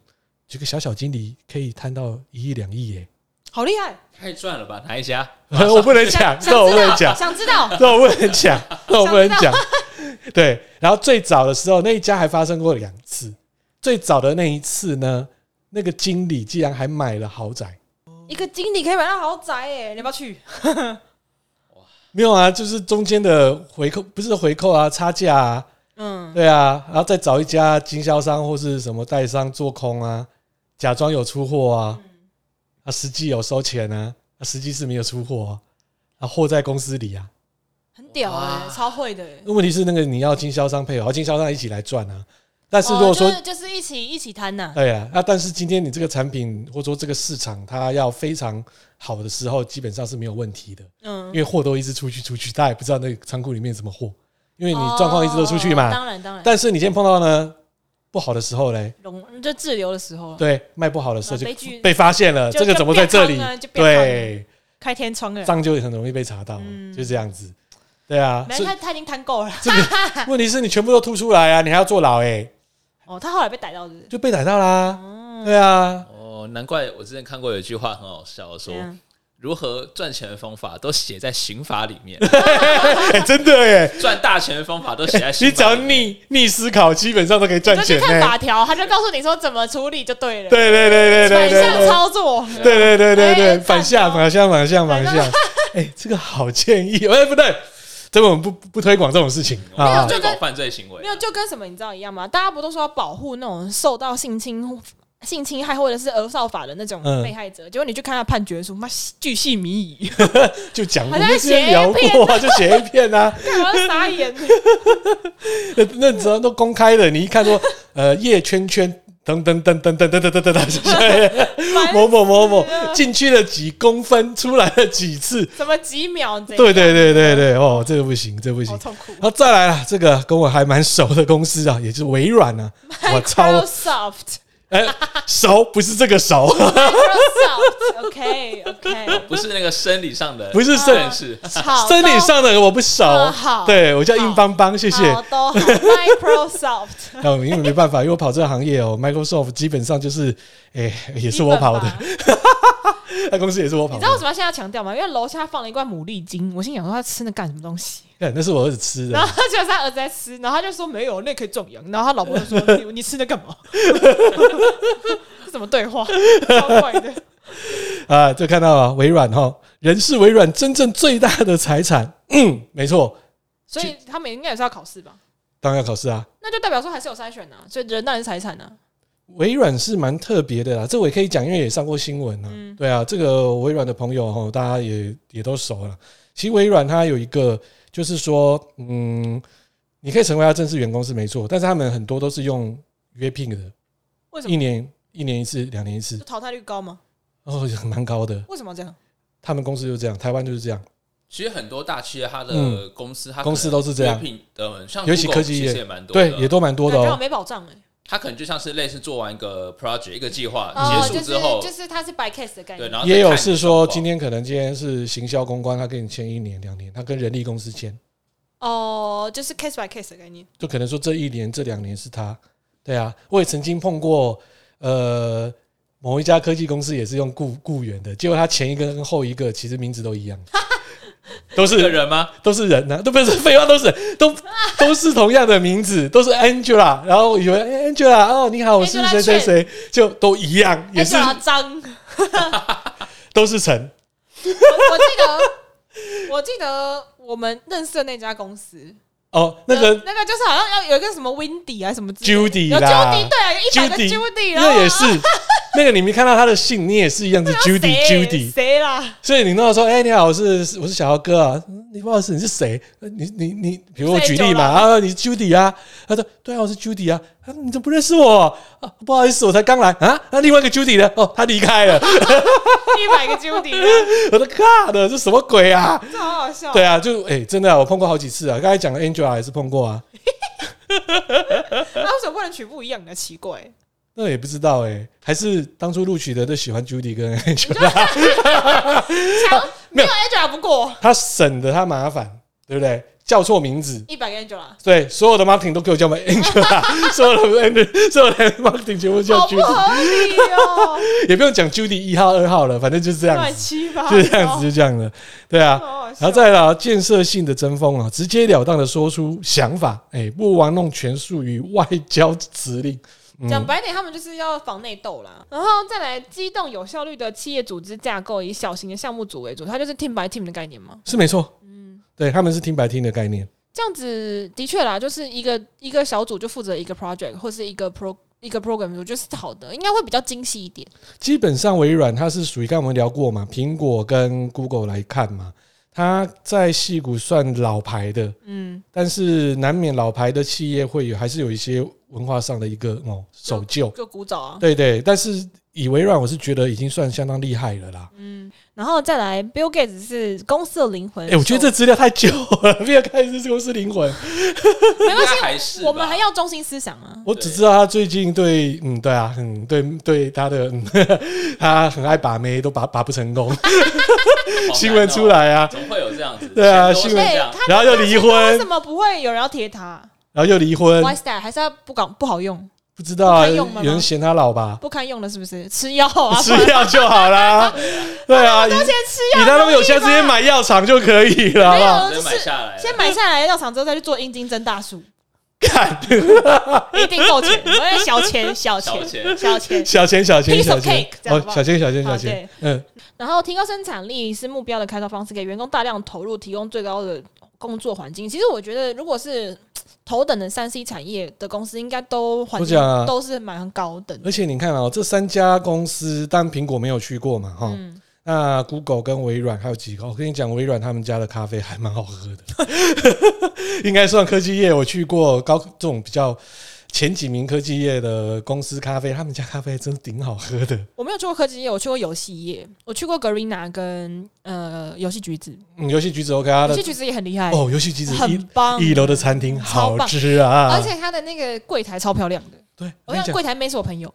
Speaker 2: 这个小小经理可以贪到一亿两亿耶，
Speaker 1: 好厉害，
Speaker 3: 太赚了吧？哪一
Speaker 2: *laughs*
Speaker 3: 家？
Speaker 2: 我不能
Speaker 1: 想
Speaker 2: 讲，这我不能
Speaker 1: 知道，
Speaker 2: 讲，
Speaker 1: 想知道，
Speaker 2: 这我不能讲，这我不能讲。对，然后最早的时候那一家还发生过两次，最早的那一次呢，那个经理竟然还买了豪宅。
Speaker 1: 一个经理可以买到豪宅耶，你要不要去？
Speaker 2: 没有啊，就是中间的回扣不是回扣啊，差价啊，
Speaker 1: 嗯，
Speaker 2: 对啊，然后再找一家经销商或是什么代商做空啊，假装有出货啊，
Speaker 1: 嗯
Speaker 2: 啊，实际有收钱啊，啊，实际是没有出货啊，啊，货在公司里啊。
Speaker 1: 很屌哎，
Speaker 3: 哇
Speaker 1: 超会的耶，欸
Speaker 2: 那问题是那个你要经销商配合，然后经销商一起来赚啊，但是如果说、
Speaker 1: 哦就是、就是一起一起摊呐、
Speaker 2: 对啊，那但是今天你这个产品或者说这个市场，它要非常好的时候，基本上是没有问题的，因
Speaker 1: 嗯，
Speaker 2: 为货都一直出去出去，大家也不知道那个仓库里面什么货，因为你状况一直都出去
Speaker 1: 哦
Speaker 2: 嘛。
Speaker 1: 当然当然，
Speaker 2: 但是你今天碰到呢不好的时候嘞，
Speaker 1: 融就滞留的时候，
Speaker 2: 对，卖不好的时候
Speaker 1: 啊
Speaker 2: 就
Speaker 1: 悲剧
Speaker 2: 被发现了，
Speaker 1: 就
Speaker 2: 这个怎么在这
Speaker 1: 就
Speaker 2: 里
Speaker 1: 变胖了就？变胖了
Speaker 2: 对，
Speaker 1: 开天窗了，
Speaker 2: 账就很容易被查到，
Speaker 1: 嗯
Speaker 2: 就这样子。对啊，
Speaker 1: 没
Speaker 2: 所以
Speaker 1: 他他已经摊够了。
Speaker 2: 这个问题是你全部都吐出来啊，你还要坐牢哎、
Speaker 1: 哦，他后来被逮到是不是？
Speaker 2: 就被逮到啦。对啊， *laughs*
Speaker 3: 哦，难怪我之前看过有一句话很好笑，
Speaker 1: 怎
Speaker 3: 说
Speaker 1: 样
Speaker 3: 如何赚钱的方法都写在刑法里面， *laughs*
Speaker 2: 哎、真的哎、
Speaker 3: 赚大钱的方法都写在
Speaker 2: *laughs* 你
Speaker 3: 刑
Speaker 2: 只
Speaker 3: 法
Speaker 2: 要
Speaker 3: 里面。
Speaker 2: 逆逆思考，基本上都可以赚
Speaker 1: 就去
Speaker 2: 钱
Speaker 1: 看
Speaker 2: 呢、
Speaker 1: 法条，他就告诉你说怎么处理就对了。
Speaker 2: 对对对对对
Speaker 1: 反
Speaker 2: 对
Speaker 1: 向
Speaker 2: 对，
Speaker 1: 操作，
Speaker 2: 对对对对
Speaker 1: 哎
Speaker 2: 对，
Speaker 1: 赞
Speaker 2: 反向
Speaker 1: 哦
Speaker 2: 反向反向反
Speaker 1: 反 *laughs*
Speaker 2: 向。哎、这个好建议。 *laughs* 哎、不对，这个我们不不推广这种事情
Speaker 3: 啊，
Speaker 2: 啊。
Speaker 3: 推广犯罪行为
Speaker 1: 没，有就跟什么你知道一样吗？大家不都说要保护那种受到性侵、性侵害或者是儿少法的那种
Speaker 2: 嗯
Speaker 1: 被害者？结果你去看他判决书，妈巨细靡遗，
Speaker 2: 就讲我
Speaker 1: 好
Speaker 2: 们
Speaker 1: 像
Speaker 2: 之前聊过啊，就写一片啊，欸
Speaker 1: 我要傻眼。 *laughs*
Speaker 2: *laughs* 那那只要都公开的，你一看说，呃，叶圈圈。等等等等等等等等等
Speaker 1: *laughs*
Speaker 2: 等，哎某某某某进去了几公分，出来了几次？
Speaker 1: 什么几秒？对
Speaker 2: 对对对对对，哦，这个不行，这个不行
Speaker 1: 好。痛苦。
Speaker 2: 然后再来了，这个跟我还蛮熟的公司啊，也就是微
Speaker 1: *laughs*
Speaker 2: 软啊，
Speaker 1: 哎
Speaker 2: 我超
Speaker 1: Microsoft
Speaker 2: 哎、熟，不是这个熟，
Speaker 1: Microsoft，OK OK，
Speaker 3: 不是那个生理上的，
Speaker 2: 不是生
Speaker 3: 认识。
Speaker 1: 好，
Speaker 2: 生理上的我不熟
Speaker 1: 嗯好，
Speaker 2: 对我叫硬邦邦，谢
Speaker 1: 谢
Speaker 2: 谢
Speaker 1: 好。都好，Microsoft
Speaker 2: *laughs* 那我因为没办法，因为我跑这个行业哦，Microsoft 基本上就是，哎、也是我跑的，
Speaker 1: 你
Speaker 2: 那公司也是我跑
Speaker 1: 知
Speaker 2: 的
Speaker 1: 道为，什么要现在强调吗？因为楼下放了一罐牡蛎精，我心想说他吃那干什么东西？
Speaker 2: 看哎那是我儿子吃
Speaker 1: 然
Speaker 2: 的
Speaker 1: 后，他就是他儿子在吃，然后他就说没有，那可以壮阳。然后他老婆就
Speaker 2: *laughs*
Speaker 1: 说你你吃那干嘛？ *laughs* 这怎么对
Speaker 2: *laughs*
Speaker 1: 话？超怪的。
Speaker 2: 啊，就看到啊，微软哈、哦，人是微软真正最大的财产，嗯，没错，
Speaker 1: 所以他们应该也是要考试吧？
Speaker 2: 当然要考试啊。
Speaker 1: 那就代表说还是有筛选呐、啊，所以人当然是财产呐、啊。
Speaker 2: 微软是蛮特别的啦，这我也可以讲，因为也上过新闻啊。
Speaker 1: 嗯
Speaker 2: 对啊，这个微软的朋友哈，大家也也都熟了。其实微软它有一个，就是说，嗯，你可以成为它正式员工是没错，但是他们很多都是用约聘的，
Speaker 1: 为什
Speaker 2: 一
Speaker 1: 么？
Speaker 2: 年一年一次，两年一次
Speaker 1: 就，淘汰率高吗？
Speaker 2: 哦， *laughs* 蛮高的。
Speaker 1: 为什么这样？
Speaker 2: 他们公司就是这样，台湾就是这样，
Speaker 3: 其实很多大企业，它的
Speaker 2: 嗯
Speaker 3: 公司，它
Speaker 2: 公司都是这样
Speaker 3: 可能啊约聘的，像
Speaker 2: 尤其科技业
Speaker 3: Google 其实也蛮多
Speaker 2: 对
Speaker 3: 的，，
Speaker 2: 也都蛮多的
Speaker 1: 感觉我
Speaker 2: 哦。
Speaker 1: 没保障哎、
Speaker 3: 它可能就像是类似做完一个 project 一个计划
Speaker 1: 哦，就
Speaker 3: 结束之
Speaker 1: 是
Speaker 3: 后
Speaker 1: 就，是它是白 case 的概
Speaker 3: 对，
Speaker 1: 念。
Speaker 3: 然后啊再
Speaker 2: 也有
Speaker 3: 看你
Speaker 2: 是
Speaker 3: 的
Speaker 2: 说，
Speaker 3: 状况
Speaker 2: 今天可能今天是行销公关，他跟你签一年两年，他跟人力公司签，
Speaker 1: 哦，就是 case by case 的概念。
Speaker 2: 就可能说这一年这两年是他，对啊，我也曾经碰过，呃，某一家科技公司也是用雇雇员的，结果他前一个跟后一个其实名字都一样， *laughs* 都
Speaker 3: 一个
Speaker 2: 是
Speaker 3: 人吗？
Speaker 2: 都是人呐、啊都不是废话，都是人都都是同样的名字，都是 Angela，然后以为、哎 Angela 哦你好，我是
Speaker 1: Angela
Speaker 2: 谁谁谁，就都一样，也是
Speaker 1: 哎张，我
Speaker 2: 都是陈，
Speaker 1: 我记得， *laughs* 我记得我们认识的那家公司，
Speaker 2: 哦那个
Speaker 1: 有那个就是好像要有一个什么 Windy 还是什么之类的
Speaker 2: Judy
Speaker 1: 有
Speaker 2: 啦
Speaker 1: Judy 对啊，有一百个
Speaker 2: Judy，
Speaker 1: Judy，然后
Speaker 2: 那也是。那个你没看到他的姓，你也是一
Speaker 1: *laughs*
Speaker 2: 样是 Judy
Speaker 1: 啊谁
Speaker 2: Judy，
Speaker 1: 谁啦？
Speaker 2: 所以你那时候，哎、你好，我是我是小姚哥啊，嗯你不好意思，你是谁？呃你你你，比如我举例嘛，
Speaker 1: 谁
Speaker 2: 啊，你是 Judy 啊，他说对啊，我是 Judy 啊，啊你怎么不认识我啊？不好意思，我才刚来啊。那另外一个 Judy 呢？哦，他离开了， *laughs*
Speaker 1: 一百个 Judy，啦
Speaker 2: 我的靠的，这什么鬼啊？
Speaker 1: 这好好笑。
Speaker 2: 对啊，就哎、真的啊、我碰过好几次啊。刚才讲的 Angela 也是碰过啊，
Speaker 1: 那为什么不能取不一样的？奇怪，
Speaker 2: 那也不知道哎、还是当初录取的都喜欢 Judy 跟 Angela，
Speaker 1: 强没
Speaker 2: 没有
Speaker 1: 有 Angela 不过
Speaker 2: 他省得他麻烦，对不对？叫错名字，
Speaker 1: 一百个 Angela，
Speaker 2: 对，所有的 marketing 都给我叫 Angela，所 *laughs* 有的 Angela，所有的 marketing 全部叫
Speaker 1: 好不
Speaker 2: Judy，
Speaker 1: 合理哦，
Speaker 2: 也不用讲 Judy 一号、二号了，反正就是 *laughs* 这样
Speaker 1: 乱
Speaker 2: 子，
Speaker 1: 七八糟，
Speaker 2: 就是这样子，就这样了，对啊。
Speaker 1: 好好笑
Speaker 2: 然后再来啊建设性的争锋啊，直截了当的说出想法，哎、不玩弄权术与外交指令，
Speaker 1: 讲白点，他们就是要防内斗啦，然后再来机动有效率的企业组织架构，以小型的项目组为主，它就是 team by team 的概念嘛。
Speaker 2: 是没错。
Speaker 1: 嗯
Speaker 2: 对，他们是听白听的概念，
Speaker 1: 这样子的确啦，就是一个一个小组就负责一个 project 或是一个 pro 一个 program，我觉得是好的，应该会比较精细一点。
Speaker 2: 基本上微软它是属于刚刚我们聊过嘛，苹果跟 Google 来看嘛，它在戏谷算老牌的，
Speaker 1: 嗯，
Speaker 2: 但是难免老牌的企业会有还是有一些文化上的一个哦守旧，
Speaker 1: 就古早啊，
Speaker 2: 对对。但是以微软，我是觉得已经算相当厉害了啦。
Speaker 1: 嗯，然后再来，Bill Gates 是公司的灵魂。
Speaker 2: 哎、我觉得这资料太久了， *laughs* 没有看这是公司灵魂。
Speaker 1: 没关
Speaker 3: 应该还
Speaker 1: 系，
Speaker 3: 是
Speaker 1: 我我们
Speaker 3: 吧
Speaker 1: 还要中心思想啊。
Speaker 2: 我只知道他最近对，嗯，对啊，嗯，对对，他的、嗯、 *laughs* 他很爱把妹，都把把不成功，
Speaker 1: 哦
Speaker 2: 新闻出，来啊，
Speaker 3: 哦总会有这样子。
Speaker 2: 对啊
Speaker 3: 钱
Speaker 2: 新
Speaker 3: 都
Speaker 2: 闻
Speaker 3: 是
Speaker 1: 对
Speaker 3: 这样，
Speaker 1: 哎他
Speaker 2: 然后又离
Speaker 1: 为
Speaker 2: 婚
Speaker 1: 什，么不会有人要贴他
Speaker 2: 然后又离婚，
Speaker 1: ？Why is that？还是他不搞不好用，
Speaker 2: 不知道啊，
Speaker 1: 不堪用了吗
Speaker 2: 有人嫌他老吧？
Speaker 1: 不堪用了是不是？吃药啊，
Speaker 2: *laughs* 吃药就
Speaker 1: *laughs*
Speaker 2: 好啦，对啊，你
Speaker 1: 花钱吃药，
Speaker 2: 你那么有钱，直接买药厂就可以了，好不好？
Speaker 1: 没
Speaker 3: 直
Speaker 1: 有
Speaker 3: 接
Speaker 1: 就
Speaker 3: 买
Speaker 1: 是
Speaker 3: 下来了。
Speaker 1: 先买下来药厂之后再去做阴茎增大术， *laughs*
Speaker 2: 看
Speaker 1: 一定够钱，我要小钱小
Speaker 3: 小
Speaker 1: 钱
Speaker 3: 钱
Speaker 1: 小钱。
Speaker 2: 小钱小钱
Speaker 1: Piece
Speaker 2: 小
Speaker 1: of
Speaker 2: 钱
Speaker 1: cake，，这样好，
Speaker 2: 哦
Speaker 1: 啊不好
Speaker 2: 小钱小钱
Speaker 1: 好
Speaker 2: 小钱，嗯，
Speaker 1: 然后提高生产力是目标的开发方式，给员工大量投入，提供最高的工作环境。其实我觉得，如果是头等的三 C 产业的公司，应该都环境
Speaker 2: 我讲啊
Speaker 1: 都是蛮高等的
Speaker 2: 而。且你看啊、这三家公司，但苹果没有去过嘛，哈、
Speaker 1: 嗯，
Speaker 2: 那 Google 跟微软还有几个，我跟你讲，微软他们家的咖啡还蛮好喝的， *laughs* 应该算科技业我去过高这种比较前几名科技业的公司咖啡，他们家咖啡真挺好喝的。
Speaker 1: 我没有去过科技业，我去过游戏业，我去过 Garena 跟呃游戏橘子，
Speaker 2: 嗯，游戏橘子 OK 啊，
Speaker 1: 游
Speaker 2: 的
Speaker 1: 戏橘子也很厉害，
Speaker 2: 哦，游戏橘子
Speaker 1: 哎很棒
Speaker 2: 一一楼的餐厅
Speaker 1: 超
Speaker 2: 好
Speaker 1: 棒
Speaker 2: 吃啊，
Speaker 1: 而且它的那个柜台超漂亮的。
Speaker 2: 对，
Speaker 1: 我
Speaker 2: 我跟
Speaker 1: 想
Speaker 2: 你讲
Speaker 1: 柜台妹是我朋友，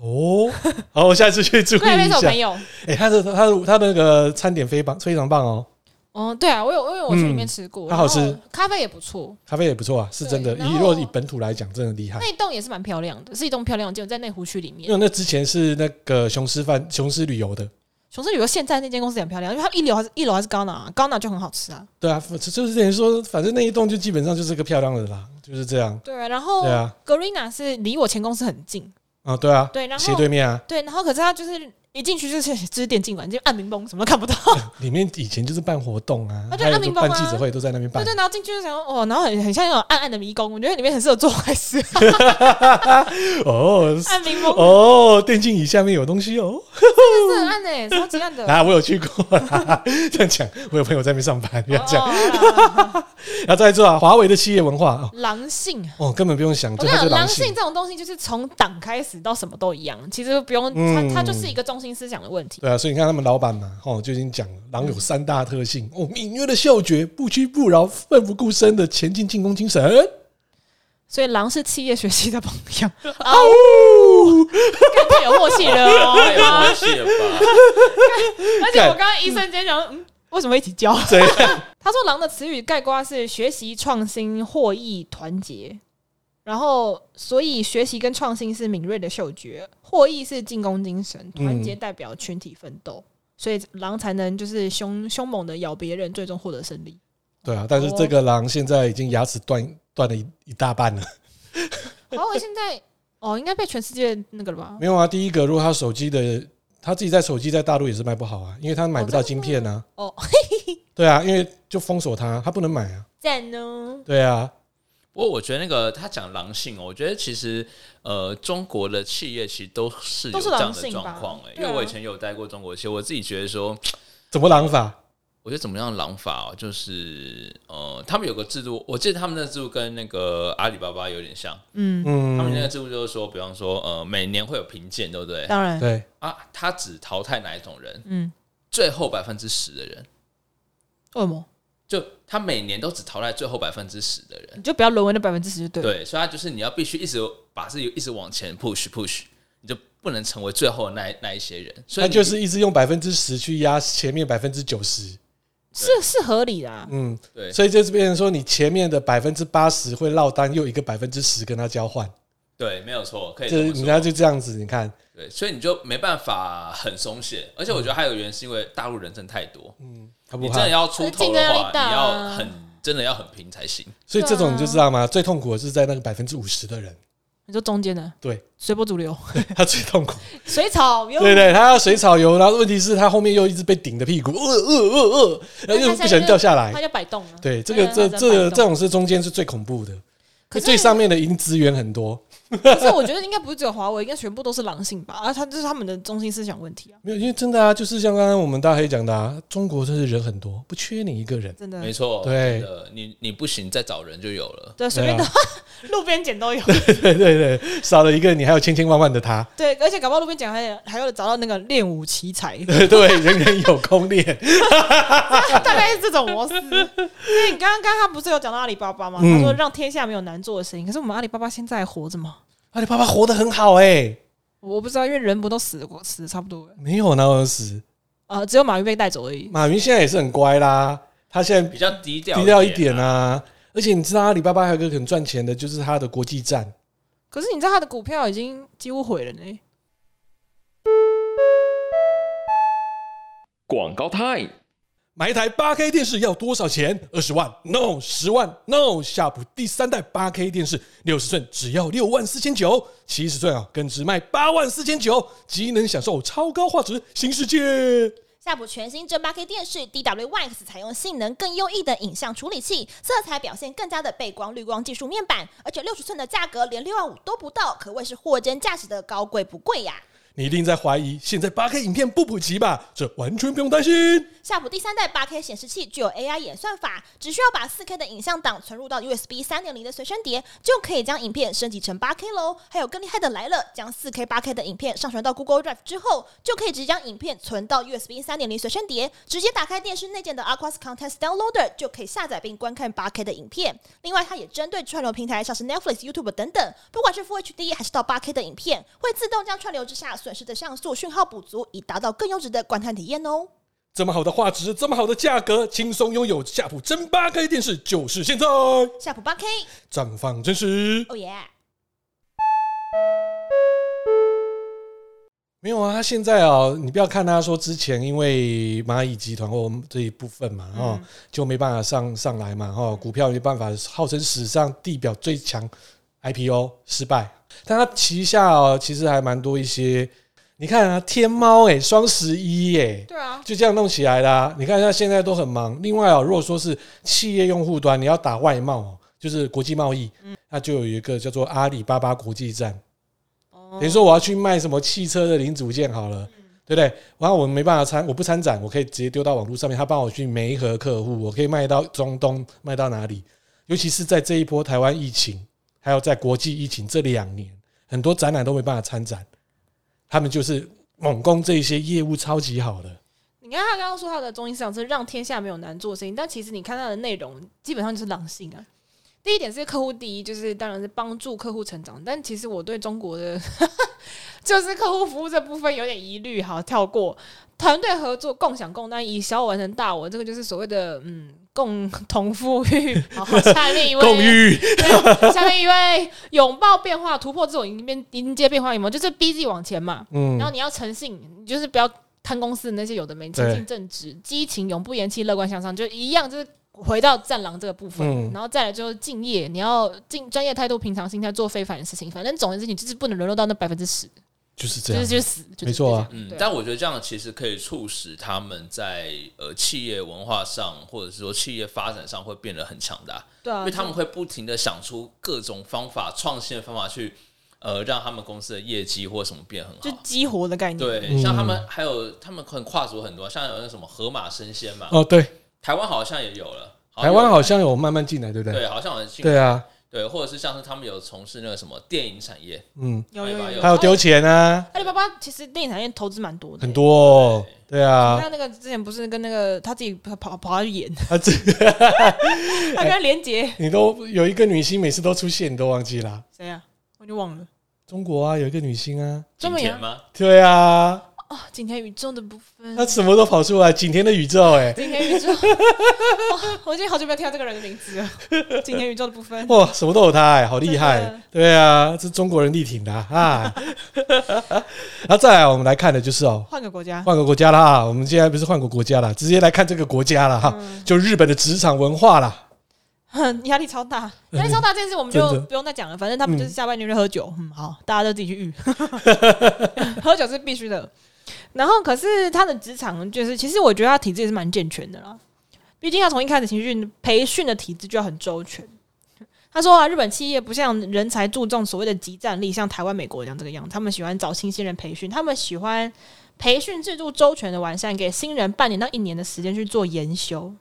Speaker 2: 哦，好，我下次去注意
Speaker 1: 柜台妹
Speaker 2: 一
Speaker 1: 是我
Speaker 2: 下
Speaker 1: 朋。友。
Speaker 2: 哎、他的他的他的那个餐点非常非常棒哦，
Speaker 1: 哦，对啊，我有，因为我去里面吃过，
Speaker 2: 嗯它好吃，
Speaker 1: 咖啡也不错，
Speaker 2: 咖啡也不错啊，是真的。
Speaker 1: 对然
Speaker 2: 以
Speaker 1: 后
Speaker 2: 若以本土来讲，真的厉害。
Speaker 1: 那一栋也是蛮漂亮的，是一栋漂亮的建筑，在内湖区里面
Speaker 2: 因。为那之前是那个雄狮饭雄狮旅游的，
Speaker 1: 雄狮旅游现在那间公司也很漂亮，因为它一楼还是一楼还是高拿，高拿就很好吃啊。
Speaker 2: 对啊，就就是等于说，反正那一栋就基本上就是个漂亮的啦，就是这样
Speaker 1: 对啊，然后
Speaker 2: 对啊
Speaker 1: Garena 是离我前公司很近，
Speaker 2: 啊，对啊，
Speaker 1: 对然后
Speaker 2: 斜对面啊，
Speaker 1: 对，然后可是它就是一进去就是 *laughs* 就是电竞馆，就按明崩，什么都看不
Speaker 2: *laughs*
Speaker 1: 到。
Speaker 2: 里面以前就是办活动啊，
Speaker 1: 啊对
Speaker 2: 还有
Speaker 1: 阿明帮
Speaker 2: 办
Speaker 1: 啊
Speaker 2: 记者会都在那边
Speaker 1: 对
Speaker 2: 办
Speaker 1: 对，，然后进去就想哦，然后很很像那种暗暗的迷宫，我觉得里面很适合做坏 *laughs* 事。
Speaker 2: 哦
Speaker 1: 暗明崩
Speaker 2: 哦，电竞椅下面有东西哦，
Speaker 1: 真的很暗诶、超级暗的。
Speaker 2: *laughs* 啊，我有去过啦，这样讲，我有朋友在那边上班，这样讲，
Speaker 1: 哦
Speaker 2: 然后再来做啊，华为的企业文化哦，
Speaker 1: 狼性。
Speaker 2: 哦，根本不用想，
Speaker 1: 我
Speaker 2: 就
Speaker 1: 跟你
Speaker 2: 它就
Speaker 1: 讲，
Speaker 2: 狼
Speaker 1: 啊狼
Speaker 2: 性
Speaker 1: 性，这种东西就是从党开始到什么都一样，其实不用
Speaker 2: 嗯
Speaker 1: 它它就是一个中心思想的问题。
Speaker 2: 对啊，所以你看他们老板嘛，哦，就已经讲了，狼有三大特性：哦，敏锐的嗅觉，不屈不挠，奋不顾身的前进进攻精神。
Speaker 1: 所以狼是企业学习的榜
Speaker 2: *laughs*
Speaker 1: 样，
Speaker 2: 啊呜！
Speaker 1: 干太有默契了哦。
Speaker 2: *laughs*
Speaker 3: 太有默契了吧？
Speaker 1: 而且我刚刚一瞬间想说，嗯，为什么一起教？
Speaker 2: 这样 *laughs*
Speaker 1: 他说“狼”的词语概括是学习、创新、获益、团结。然后，所以学习跟创新是敏锐的嗅觉，获益是进攻精神，
Speaker 2: 嗯
Speaker 1: 团结代表群体奋斗，所以狼才能就是凶凶猛的咬别人，最终获得胜利。
Speaker 2: 对啊，但是这个狼现在已经牙齿断断了一一大半了。 *laughs*
Speaker 1: 华为现在哦，应该被全世界那个了吧？
Speaker 2: 没有啊，第一个，如果他手机的他自己在手机在大陆也是卖不好啊，因为他买不到晶片啊。
Speaker 1: 哦， *laughs*
Speaker 2: 对啊，因为就封锁他，他不能买啊。
Speaker 1: 赞哦！
Speaker 2: 对啊，
Speaker 3: 不过我觉得那个他讲狼性哦，我觉得其实呃，中国的企业其实都是有
Speaker 1: 都是
Speaker 3: 这
Speaker 1: 狼
Speaker 3: 样的
Speaker 1: 性吧
Speaker 3: 状况哎，因
Speaker 1: 对啊
Speaker 3: 为我以前有待过中国企业，我自己觉得说，
Speaker 2: 怎么狼法？
Speaker 3: 我觉得怎么样狼法哦，就是呃，他们有个制度，我记得他们的制度跟那个阿里巴巴有点像，
Speaker 1: 嗯，
Speaker 3: 他们那
Speaker 2: 嗯，
Speaker 3: 个制度就是说，比方说呃，每年会有评鉴，对不对？
Speaker 1: 当然，
Speaker 2: 对，
Speaker 3: 啊，他只淘汰哪一种人，
Speaker 1: 嗯，
Speaker 3: 最后百分之十的人，
Speaker 1: 恶魔，
Speaker 3: 就他每年都只淘汰最后百分之十的人。
Speaker 1: 你就不要沦为那百分之十就对了。
Speaker 3: 对，所以它就是你要必须一直把自己一直往前 push push，你就不能成为最后的那一那一些人。所
Speaker 2: 他
Speaker 3: 以你
Speaker 2: 就是一直用百分之十去压前面百分之九十。
Speaker 1: 是是合理的、啊。
Speaker 2: 嗯，
Speaker 3: 对，
Speaker 2: 所以这变成说，你前面的百分之八十会落单，又一个百分之十跟他交换，
Speaker 3: 对，没有错，可以
Speaker 2: 这
Speaker 3: 这么
Speaker 2: 人家
Speaker 3: 说。
Speaker 2: 就这样子。你看，
Speaker 3: 对，所以你就没办法很松懈，而且我觉得还有个原因是因为大陆人真的太多，
Speaker 2: 嗯，他不
Speaker 3: 你真
Speaker 2: 怕
Speaker 3: 的。要出头
Speaker 1: 竞争
Speaker 3: 的
Speaker 1: 压力
Speaker 3: 话，
Speaker 1: 大
Speaker 3: 你要
Speaker 1: 啊
Speaker 3: 很真的要很拼才行。
Speaker 2: 所以这
Speaker 1: 对
Speaker 2: 种
Speaker 1: 啊
Speaker 2: 你就知道吗？最痛苦的是在那个百分之五十的人，
Speaker 1: 你说中间的，
Speaker 2: 对
Speaker 1: 随波逐流， *laughs*
Speaker 2: 他最痛苦。
Speaker 1: 水草，对
Speaker 2: 对对，他要水草油，然后问题是他后面又一直被顶着屁股，呃呃呃呃，又不小心掉下
Speaker 1: 它
Speaker 2: 来。
Speaker 1: 就摆动了。
Speaker 2: 对，这个这这这种是中间是最恐怖的，
Speaker 1: 可是
Speaker 2: 最上面的已经资源很多，
Speaker 1: 可是我觉得应该不是只有华为，应该全部都是狼性吧？啊，他这是他们的中心思想问题啊，
Speaker 2: 没有，因为真的啊，就是像刚刚我们大黑讲的、啊，中国真是人很多，不缺你一个人。
Speaker 1: 真的
Speaker 3: 没。错，
Speaker 2: 对
Speaker 3: 真的，你你不行再找人就有了。
Speaker 1: 对，随便
Speaker 2: 对啊
Speaker 1: 的、路边捡
Speaker 2: *laughs*
Speaker 1: 都有。 *laughs*
Speaker 2: 对对对，少了一个你还有千千万万的他。 *laughs*
Speaker 1: 对，而且搞不好路边捡还有还有找到那个练武奇才，
Speaker 2: 对对，人人有功练。
Speaker 1: *laughs* 大概是这种模式。因为你刚刚刚他不是有讲到阿里巴巴吗？
Speaker 2: 嗯
Speaker 1: 他说让天下没有难做的事情。可是我们阿里巴巴现在还活着吗？
Speaker 2: 阿里巴巴活得很好哎、
Speaker 1: 我不知道，因为人不都死过死得差不多了，
Speaker 2: 没有哪有人死。
Speaker 1: 呃，只有马云被带走而已。
Speaker 2: 马云现在也是很乖啦，他现在
Speaker 3: 比较低调
Speaker 2: 低调一
Speaker 3: 点
Speaker 2: 点啊。而且你知道阿里巴巴还有一个很赚钱的，就是它的国际站。
Speaker 1: 可是你知道他的股票已经几乎毁了呢。
Speaker 4: 广告 time。
Speaker 2: 买一台八 K 电视要多少钱？二十万？No，十万？No。夏普第三代八 K 电视，六十寸只要六万四千九，七十寸啊更只卖八万四千九，即能享受超高画质新世界。
Speaker 5: 夏普全新正八 K 电视 DW Max 采用性能更优异的影像处理器，色彩表现更加的背光滤光技术面板，而且六十寸的价格连六万五都不到，可谓是货真价实的高贵不贵呀、
Speaker 2: 你一定在怀疑现在八 K 影片不普及吧？这完全不用担心。
Speaker 5: 夏普第三代八 K 显示器具有 AI 演算法，只需要把四 K 的影像档存入到 USB 三点零的随身碟，就可以将影片升级成八 K 喽。还有更厉害的来了，将四 K 八 K 的影片上传到 Google Drive 之后，就可以直接将影片存到 USB 三点零随身碟，直接打开电视内建的 Aquas Content Downloader 就可以下载并观看八 K 的影片。另外，它也针对串流平台，像是 Netflix、YouTube 等等，不管是 Full HD 还是到八 K 的影片，会自动将串流之下损失的像素讯号补足，以达到更优质的观看体验哦。
Speaker 2: 这么好的画质，这么好的价格，轻松拥有夏普真八 K 电视就是现在，
Speaker 5: 夏普八 K，
Speaker 2: 绽放真实。
Speaker 1: Oh
Speaker 5: 哦耶！
Speaker 2: 没有啊，他现在哦，你不要看他说之前因为蚂蚁集团或这一部分嘛，哦，
Speaker 1: 嗯
Speaker 2: 就没办法上上来嘛，哦，股票没办法，号称史上地表最强 IPO 失败，但他旗下哦，其实还蛮多一些，你看啊，天猫哎、双十一哎、
Speaker 1: 对啊，
Speaker 2: 就这样弄起来啦、你看，他现在都很忙。另外哦，如果说是企业用户端，你要打外贸、哦，就是国际贸易，那就有一个叫做阿里巴巴国际站。等于说我要去卖什么汽车的零组件好了，对不对？然后我没办法参，我不参展，我可以直接丢到网络上面，他帮我去媒合客户，我可以卖到中东，卖到哪里？尤其是在这一波台湾疫情，还有在国际疫情这两年，很多展览都没办法参展，他们就是猛攻这一些业务超级好的。
Speaker 1: 你看他刚刚说他的中心思想是让天下没有难做的事情，但其实你看他的内容基本上就是狼性啊。第一点是客户第一，就是当然是帮助客户成长，但其实我对中国的 *laughs* 就是客户服务这部分有点疑虑，好跳过。团队合作、共享共担，以小我完成大我，这个就是所谓的嗯共同富裕。好，下面一位
Speaker 2: *laughs* 共浴，
Speaker 1: 对下面一位拥抱变化，突破这种迎面迎接变化，有没有？就是逼自己往前嘛。
Speaker 2: 嗯
Speaker 1: 然后你要诚信，你就是不要贪公司的那些有的没，
Speaker 2: 对
Speaker 1: 诚信正直、激情、永不言弃、乐观向上，就一样，就是回到战狼这个部分。
Speaker 2: 嗯
Speaker 1: 然后再来就是敬业，你要敬专业态度、平常心态做非凡的事情。反正总而言之，你就是不能沦落到那百分之十，
Speaker 2: 就是这
Speaker 1: 就
Speaker 2: 样
Speaker 1: 是。就是死，就是
Speaker 2: 没错啊
Speaker 1: 这样
Speaker 3: 嗯
Speaker 1: 对，
Speaker 3: 但我觉得这样其实可以促使他们在呃企业文化上，或者是说企业发展上会变得很强大，
Speaker 1: 对啊，
Speaker 3: 因为他们会不停的想出各种方法、创新的方法去呃让他们公司的业绩或什么变很
Speaker 1: 就
Speaker 3: 好。
Speaker 1: 激活的概念。
Speaker 2: 嗯
Speaker 3: 对，像他们还有他们很跨足很多，像有那什么河马生鲜嘛，
Speaker 2: 哦，对，
Speaker 3: 台湾好像也有了，
Speaker 2: 台湾好
Speaker 3: 像
Speaker 2: 像有慢慢进来，对不
Speaker 3: 有
Speaker 2: 对？
Speaker 3: 哦对，好像有进
Speaker 2: 对啊，
Speaker 3: 对，或者是像是他们有从事那个什么电影产业，
Speaker 2: 嗯，
Speaker 1: 有有有
Speaker 3: 还有
Speaker 1: 有，
Speaker 2: 还有丢钱啊，
Speaker 1: 阿里巴巴其实电影产业投资蛮多的，欸
Speaker 2: 很。多、哦，对啊
Speaker 1: 他，那个之前不是跟那个他自己跑跑跑去演， *laughs*
Speaker 2: 啊这 *laughs*
Speaker 1: 他跟连杰
Speaker 2: 你都有一个女星，每次都出现，你都忘记啦。
Speaker 1: 谁啊？我就忘了。
Speaker 2: 中国啊，有一个女星啊，
Speaker 1: 专
Speaker 3: 景
Speaker 1: 门有
Speaker 3: 甜吗？
Speaker 2: 对啊，
Speaker 1: 啊，景甜宇宙的部分
Speaker 2: 她，什么都跑出来，景甜的宇宙、
Speaker 1: *laughs*
Speaker 2: 欸，
Speaker 1: 景甜宇宙，哇我已经好久没有听到这个人的名字了。景甜宇宙的部分，
Speaker 2: 哇，什么都有她、欸，好厉
Speaker 1: 真的
Speaker 2: 害，对啊，这中国人力挺的啊。啊然后再来，我们来看的就是哦，
Speaker 1: 换个国家，
Speaker 2: 换个国家啦，我们现在不是换个国家啦，直接来看这个国家啦，哈，就日本的职场文化啦。
Speaker 1: 哼 *laughs* 压力超大，压力超大这件事我们就
Speaker 2: 嗯真的嗯
Speaker 1: 不用再讲了。反正他们就是下半年就喝酒，嗯，好，大家都自己去
Speaker 2: *laughs*
Speaker 1: 遇， *laughs* 喝酒是必须的。然后，可是他的职场就是，其实我觉得他体制也是蛮健全的啦。毕竟他从一开始情绪培训的体制就要很周全，他说啊，日本企业不像人才注重所谓的集战力，像台湾、美国一样这个样子，他们喜欢找新鲜人培训，他们喜欢培训制度周全的完善，给新人半年到一年的时间去做研修。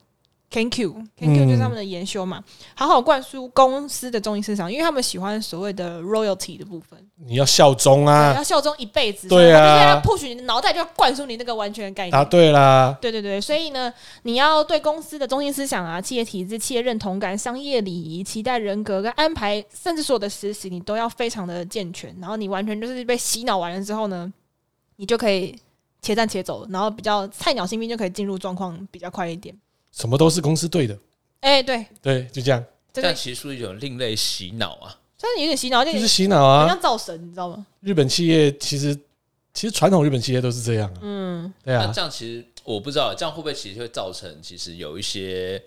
Speaker 1: Thank you，Thank you
Speaker 2: 嗯
Speaker 1: 就是他们的研修嘛，好好灌输公司的中心市场，因为他们喜欢所谓的 royalty 的部分，
Speaker 2: 你要效忠
Speaker 1: 对
Speaker 2: 啊，
Speaker 1: 要效忠一辈子，所
Speaker 2: 对啊
Speaker 1: 以他们就是要 push 你的脑袋，就要灌输你那个完全的概念。
Speaker 2: 答对啦，
Speaker 1: 对对对，所以呢，你要对公司的中心思想啊、企业体制、企业认同感、商业礼仪、期待人格跟安排，甚至所有的实习，你都要非常的健全。然后你完全就是被洗脑完了之后呢，你就可以且战且走，然后比较菜鸟新兵就可以进入状况比较快一点。
Speaker 2: 什么都是公司对的，
Speaker 1: 哎、对，
Speaker 2: 对，就这样，
Speaker 1: 这
Speaker 3: 但
Speaker 1: 个
Speaker 3: 其实是一种另类洗脑啊。
Speaker 1: 算是有点洗脑，有
Speaker 2: 就
Speaker 1: 点
Speaker 2: 是洗脑
Speaker 1: 有点
Speaker 2: 啊。
Speaker 1: 像造神，你知道吗？
Speaker 2: 日本企业其实其实传统日本企业都是这样啊，
Speaker 1: 嗯，
Speaker 2: 对
Speaker 3: 那
Speaker 2: 啊，
Speaker 3: 这样其实我不知道，这样会不会其实会造成其实有一些，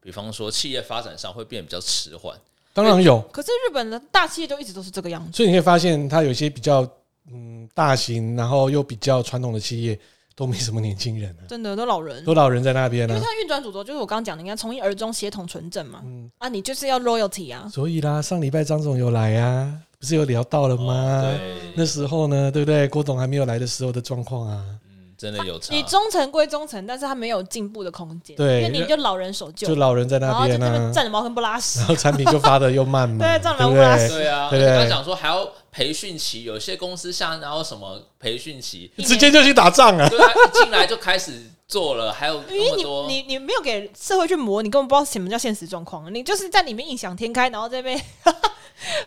Speaker 3: 比方说企业发展上会变得比较迟缓。
Speaker 2: 当然有。
Speaker 1: 可是日本的大企业就一直都是这个样子。
Speaker 2: 所以你会发现，它有一些比较嗯大型，然后又比较传统的企业，都没什么年轻人啊，
Speaker 1: 真的都老人，
Speaker 2: 都老人在那边
Speaker 1: 因为
Speaker 2: 啊。
Speaker 1: 像运转主轴就是我刚刚讲的，你看从一而终协同纯正嘛，
Speaker 2: 嗯
Speaker 1: 啊，你就是要 loyalty 啊，
Speaker 2: 所以啦，上礼拜张总有来啊，不是有聊到了吗？
Speaker 3: 哦对，
Speaker 2: 那时候呢，对不对？郭总还没有来的时候的状况啊，
Speaker 3: 嗯，真的有差。
Speaker 1: 你忠诚归忠诚，但是他没有进步的空间，
Speaker 2: 对
Speaker 1: 因为你就老人守旧，
Speaker 2: 就老人在
Speaker 1: 然后
Speaker 2: 那
Speaker 1: 就
Speaker 2: 边
Speaker 1: 这边
Speaker 2: 啊，
Speaker 1: 站着茅坑不拉
Speaker 2: *laughs*
Speaker 1: 屎
Speaker 2: 然，后产品就发的又慢嘛，
Speaker 1: 对
Speaker 2: 对
Speaker 1: 站
Speaker 2: 不
Speaker 1: 着不拉
Speaker 2: 对？
Speaker 3: 对啊，
Speaker 2: 对
Speaker 3: 而
Speaker 2: 不
Speaker 3: 且
Speaker 2: 对
Speaker 3: 刚讲说还要培训期，有些公司像然后什么培训期，
Speaker 1: 一年
Speaker 2: 直接就去打仗啊！
Speaker 3: 对啊，一进来就开始做了，还有
Speaker 1: 因为
Speaker 3: 那么
Speaker 1: 你
Speaker 3: 多。
Speaker 1: 你你没有给社会去磨，你根本不知道什么叫现实状况，你就是在里面异想天开，然后这边 *laughs*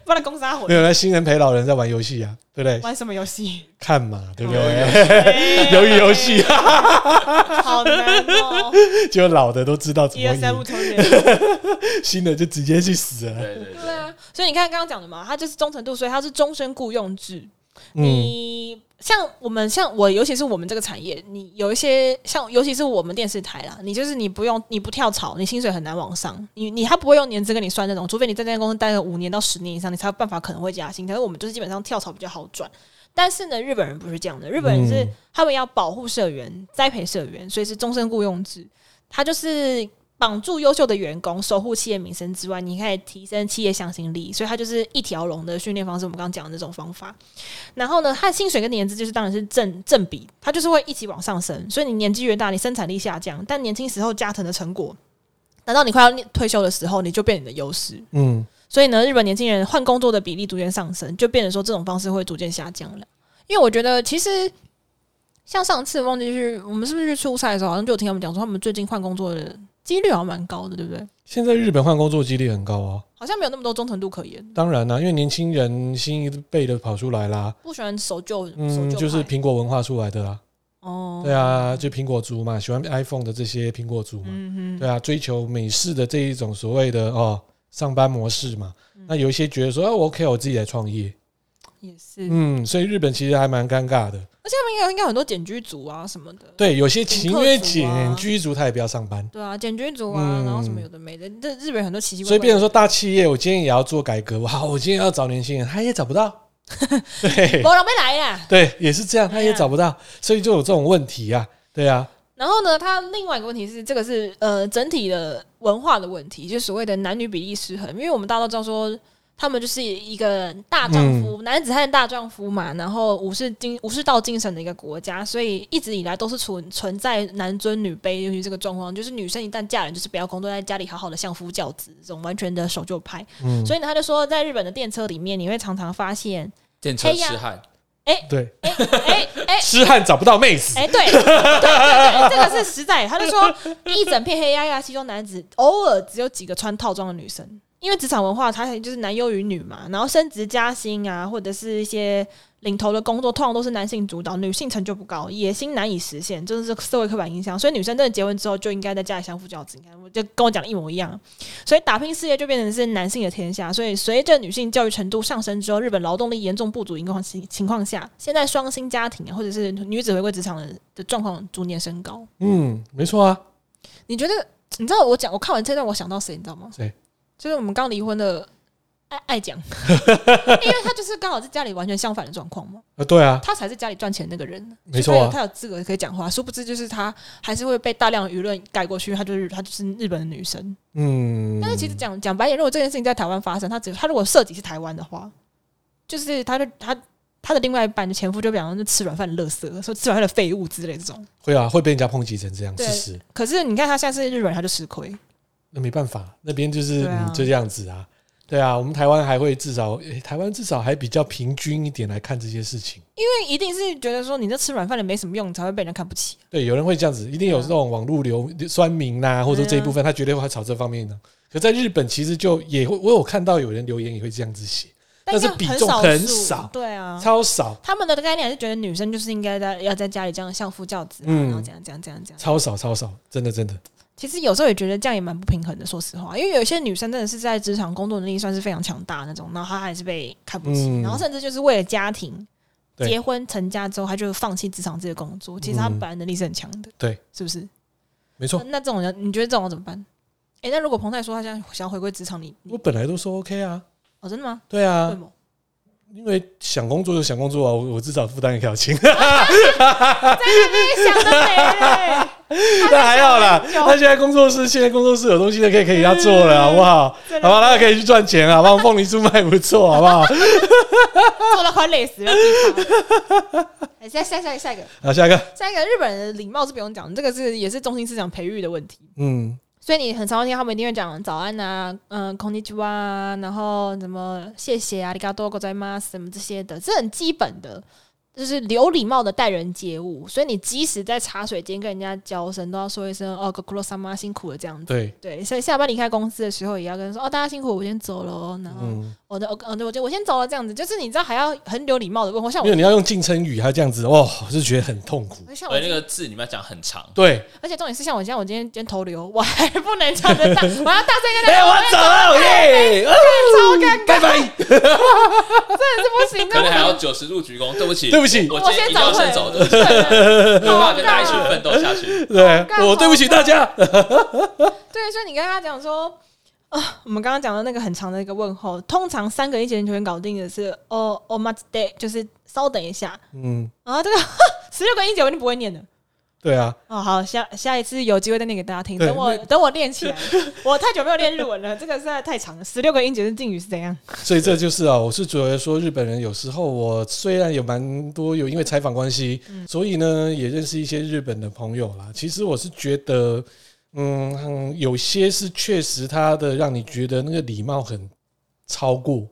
Speaker 1: 把它攻杀火
Speaker 2: 没，有，那新人陪老人在玩游戏啊，对不对？
Speaker 1: 玩什么游戏？
Speaker 2: 看嘛，对不对？ *laughs*
Speaker 3: 哦
Speaker 2: 鱿鱼游戏啊，
Speaker 1: *laughs* 好难
Speaker 2: *laughs*
Speaker 1: 哦，E
Speaker 2: 就老的都知道怎
Speaker 1: 一
Speaker 2: 么
Speaker 1: 二三
Speaker 2: 赢
Speaker 1: 不，抽烟。
Speaker 2: 新的就直接去死了。
Speaker 3: 对对
Speaker 1: 对
Speaker 3: 对，
Speaker 1: 啊，所以你看刚刚讲的嘛，他就是忠诚度，所以他是终身雇佣制，
Speaker 2: 嗯，
Speaker 1: 你像我们像我，尤其是我们这个产业，你有一些像，尤其是我们电视台啦，你就是你不用你不跳槽，你薪水很难往上，你你他不会用年资跟你算那种，除非你在这间公司待了五年到十年以上，你才有办法可能会加薪。但是我们就是基本上跳槽比较好转。但是呢，日本人不是这样的，日本人是
Speaker 2: 嗯
Speaker 1: 他们要保护社员、栽培社员，所以是终身雇佣制。他就是绑住优秀的员工，守护企业名声之外，你可以提升企业向心力，所以它就是一条龙的训练方式。我们刚刚讲的那种方法。然后呢，它的薪水跟年资就是当然是正正比，它就是会一起往上升。所以你年纪越大，你生产力下降，但年轻时候加成的成果，等到你快要退休的时候，你就变你的优势。
Speaker 2: 嗯，
Speaker 1: 所以呢，日本年轻人换工作的比例逐渐上升，就变成说这种方式会逐渐下降了。因为我觉得其实像上次忘记去，我们是不是去出差的时候，好像就有听他们讲说，他们最近换工作的几率好像蛮高的，对不对？
Speaker 2: 现在日本换工作几率很高啊。
Speaker 1: 好像没有那么多忠诚度可言，
Speaker 2: 当然啦、因为年轻人新一辈的跑出来啦，
Speaker 1: 不喜欢守旧，守
Speaker 2: 嗯，
Speaker 1: 旧
Speaker 2: 就是
Speaker 1: 派
Speaker 2: 苹果文化出来的啦。
Speaker 1: 哦，
Speaker 2: 对，啊，就苹果族嘛，喜欢 iPhone 的这些苹果族嘛，
Speaker 1: 嗯哼，
Speaker 2: 对啊，追求美式的这一种所谓的哦上班模式嘛。
Speaker 1: 嗯
Speaker 2: 那有一些觉得说，哦我，OK，我自己来创业，
Speaker 1: 也是，
Speaker 2: 嗯，所以日本其实还蛮尴尬的。
Speaker 1: 而且他们应该应该有很多检居族啊什么的，
Speaker 2: 对，有些
Speaker 1: 请
Speaker 2: 情
Speaker 1: 客
Speaker 2: 愿
Speaker 1: 族啊
Speaker 2: 简居族，他也不要上班，
Speaker 1: 对啊，检居族啊，
Speaker 2: 嗯
Speaker 1: 然后什么有的没的，这日本有很多奇奇怪怪的，
Speaker 2: 所以变成说大企业，我今天也要做改革，哇，我今天要找年轻人，他也找不到，对
Speaker 1: 没人要来啊呀。
Speaker 2: 对，也是这样，他也找不到，所以就有这种问题啊，对啊，
Speaker 1: 然后呢，它另外一个问题是，这个是呃整体的文化的问题，就是所谓的男女比例失衡。因为我们大家都知道说，他们就是一个大丈夫、男子汉大丈夫嘛，然后武士精武士道精神的一个国家，所以一直以来都是存存在男尊女卑，尤其这个状况，就是女生一旦嫁人就是不要工作，在家里好好的相夫教子，这种完全的守旧派。
Speaker 2: 嗯，
Speaker 1: 所以呢，他就说，在日本的电车里面，你会常常发现，
Speaker 3: 电车痴汉，
Speaker 2: 对，
Speaker 1: 哎哎
Speaker 2: 痴汉找不到妹子，
Speaker 1: 哎、对 *laughs* 对对对，这个是实在。他就说，一整片黑压压西装男子，偶尔只有几个穿套装的女生，因为职场文化，它就是男优于女嘛。然后升职加薪啊，或者是一些领头的工作，通常都是男性主导，女性成就不高，野心难以实现，这是社会刻板印象。所以女生真的结婚之后就应该在家里相夫教子，你看，我就跟我讲的一模一样。所以打拼事业就变成是男性的天下。所以随着女性教育程度上升之后，日本劳动力严重不足情况情情况下，现在双薪家庭啊，或者是女子回归职场的的状况逐年升高。
Speaker 2: 嗯，没错啊，
Speaker 1: 你觉得？你知道我讲我看完这段，我想到谁？你知道吗？
Speaker 2: 谁？
Speaker 1: 就是我们刚离婚的爱爱 *laughs* 讲，因为他就是刚好是家里完全相反的状况嘛，
Speaker 2: 呃，对啊，
Speaker 1: 他才是家里赚钱那个人，
Speaker 2: 没错啊
Speaker 1: 所以他有他有资格可以讲话，殊不知就是他还是会被大量舆论盖过去，他就是他就是日本的女生。
Speaker 2: 嗯，
Speaker 1: 但是其实讲讲白一点，如果这件事情在台湾发生，他只他如果涉及是台湾的话，就是他的他他的另外一半的前夫就表示吃软饭的垃圾，说吃软饭的废物之类这种。
Speaker 2: 会啊，会被人家抨击成这样，事
Speaker 1: 对
Speaker 2: 实
Speaker 1: 可是你看他现在是日本人，他就吃亏。
Speaker 2: 那没办法，那边就是、
Speaker 1: 对啊
Speaker 2: 嗯、就这样子啊，对啊，我们台湾还会至少，诶台湾至少还比较平均一点来看这些事情。
Speaker 1: 因为一定是觉得说你这吃软饭的没什么用，才会被人家看不起。啊
Speaker 2: 对，有人会这样子，一定有这种网络流酸民呐、或者说这一
Speaker 1: 啊
Speaker 2: 部分，他绝对会朝这方面呢。可在日本，其实就也会，我有看到有人留言也会这样子写，但是
Speaker 1: 应该
Speaker 2: 比
Speaker 1: 很
Speaker 2: 重
Speaker 1: 少
Speaker 2: 很
Speaker 1: 数
Speaker 2: 少
Speaker 1: 对啊，
Speaker 2: 超少，
Speaker 1: 他们的概念还是觉得女生就是应该在要在家里这样相夫教子、啊，
Speaker 2: 嗯
Speaker 1: 然后这样这样这样这样。
Speaker 2: 超少，超少，真的真的，
Speaker 1: 其实有时候也觉得这样也蛮不平衡的，说实话，因为有些女生真的是在职场工作能力算是非常强大的那种，然后她还是被看不起，
Speaker 2: 嗯
Speaker 1: 然后甚至就是为了家庭。
Speaker 2: 对
Speaker 1: 结婚成家之后，她就放弃职场这个工作。其实她
Speaker 2: 嗯
Speaker 1: 本来能力是很强的，
Speaker 2: 对，
Speaker 1: 是不是？
Speaker 2: 没错
Speaker 1: 那。那这种人，你觉得这种人怎么办？哎、那如果彭泰说他想想要回归职场，你你
Speaker 2: 我本来都说 OK 啊，
Speaker 1: 哦，真的吗？
Speaker 2: 对
Speaker 1: 为什
Speaker 2: 啊，
Speaker 1: 么？
Speaker 2: 因为想工作就想工作啊，我我至少负担一条轻，
Speaker 1: 想得美嘞！
Speaker 2: 那还好啦。他现在工作室，现在工作室有东西的可以可以给他做了，好不好？好吧，他可以去赚钱啊，帮凤梨酥卖不错，好不好？
Speaker 1: 做到快累死了，自己跑 *laughs* 哎下下下下一个，
Speaker 2: 好，下一个，
Speaker 1: 下一个日本人的礼貌是不用讲，这个是也是中心思想培育的问题。
Speaker 2: 嗯，
Speaker 1: 所以你很常听他们一定会讲早安啊，嗯，こんにちは啊，然后什么谢谢啊，ありがとうございます什么这些的，这很基本的，就是有礼貌的待人接物。所以你即使在茶水间跟人家交声，都要说一声哦，ご苦労様，辛苦了这样子。
Speaker 2: 对，
Speaker 1: 对，所以下班离开公司的时候，也要跟人说哦，大家辛苦，我先走了哦。然后
Speaker 2: 嗯，
Speaker 1: 我的我嗯，对我就我先走了，这样子，就是你知道还要很有礼貌的问候，像
Speaker 2: 因为
Speaker 1: 我
Speaker 2: 你要用敬称语，还这样子，哦，我就觉得很痛苦。
Speaker 1: 像我
Speaker 3: 哎而且那个字你们要讲很长，
Speaker 2: 对，
Speaker 1: 而且重点是像我这样，我今天今天头流，我还不能讲得
Speaker 3: *laughs*
Speaker 1: 大，我要大声跟大
Speaker 2: 哎，
Speaker 1: 家，
Speaker 2: 我要走了，耶，哦
Speaker 1: 超尴尬，
Speaker 2: 拜拜。
Speaker 1: 真的是不行，
Speaker 3: 可
Speaker 1: 那
Speaker 3: 能还
Speaker 1: 我
Speaker 3: 要九十度鞠躬。对不起，
Speaker 2: 对不起
Speaker 3: 我
Speaker 1: 我
Speaker 3: 今天一定要
Speaker 1: 走
Speaker 3: 先
Speaker 1: 会，
Speaker 3: 走，
Speaker 1: 我
Speaker 3: 对不起，
Speaker 1: 真
Speaker 2: *laughs*
Speaker 3: 没有办法
Speaker 1: 的
Speaker 3: 跟大家一起奋斗下去。
Speaker 2: 对
Speaker 1: 尬，
Speaker 2: 我对不起大家。
Speaker 1: 对，所以你跟他讲说。啊，我们刚刚讲的那个很长的一个问候，通常三个一节就能搞定的是哦哦 m u c day，就是稍等一下
Speaker 2: 嗯，
Speaker 1: 啊，这个 *laughs* 十六个音节我一定不会念的。
Speaker 2: 对啊，
Speaker 1: 哦，好，下下一次有机会再念给大家听。
Speaker 2: 对
Speaker 1: 等我等我练起来， *laughs* 我太久没有练日文了， *laughs* 这个实在太长了。十六个音节的敬语是怎样？
Speaker 2: *laughs* 所以这就是啊，我是觉得说日本人有时候我虽然有蛮多有因为采访关系，
Speaker 1: 嗯
Speaker 2: 所以呢也认识一些日本的朋友啦。其实我是觉得，嗯，嗯有些是确实他的让你觉得那个礼貌很超过，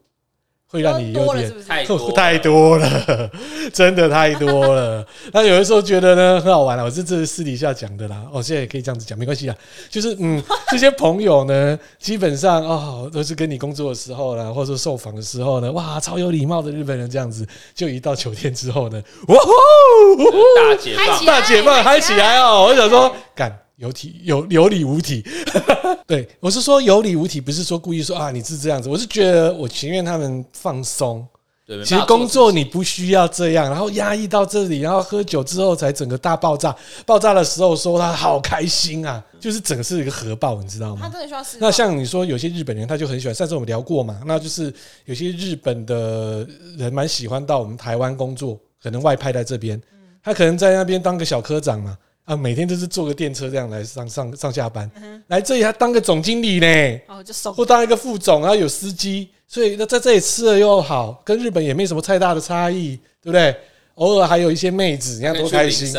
Speaker 2: 会让你有
Speaker 1: 多了是
Speaker 2: 点
Speaker 1: 不是？
Speaker 3: 太
Speaker 2: *laughs*
Speaker 3: 多
Speaker 2: 太多了， *laughs* 真的太多了。 *laughs* 那有的时候觉得呢很好玩啊，我是这是私底下讲的啦。哦，现在也可以这样子讲，没关系啊。就是嗯， *laughs* 这些朋友呢，基本上哦都是跟你工作的时候啦，或者说受访的时候呢，哇，超有礼貌的日本人这样子。就一到酒店之后呢，哇
Speaker 3: *laughs*
Speaker 2: 呼，
Speaker 3: 大解放
Speaker 1: 起来
Speaker 2: 大解放嗨起来哦！我想说，干。有体有有理无体， *laughs* 对我是说有理无体，不是说故意说啊你是这样子，我是觉得我情愿他们放松，
Speaker 3: 对，没办法
Speaker 2: 其实工作
Speaker 3: 做
Speaker 2: 你不需要这样，然后压抑到这里，然后喝酒之后才整个大爆炸。爆炸的时候说他好开心啊，就是整个是一个核爆，你知道
Speaker 1: 他
Speaker 2: 吗？
Speaker 1: 真的需要十。
Speaker 2: 那像你说有些日本人他就很喜欢，上次我们聊过嘛，那就是有些日本的人蛮喜欢到我们台湾工作，可能外派在这边，
Speaker 1: 嗯
Speaker 2: 他可能在那边当个小科长嘛，啊，每天就是坐个电车这样来上上上下班，
Speaker 1: 嗯
Speaker 2: 来这里他当个总经理呢。
Speaker 1: 哦，就手
Speaker 2: 或当一个副总，然后有司机，所以那在这里吃了又好，跟日本也没什么太大的差异，对不对？偶尔还有一些妹子，你看多开心，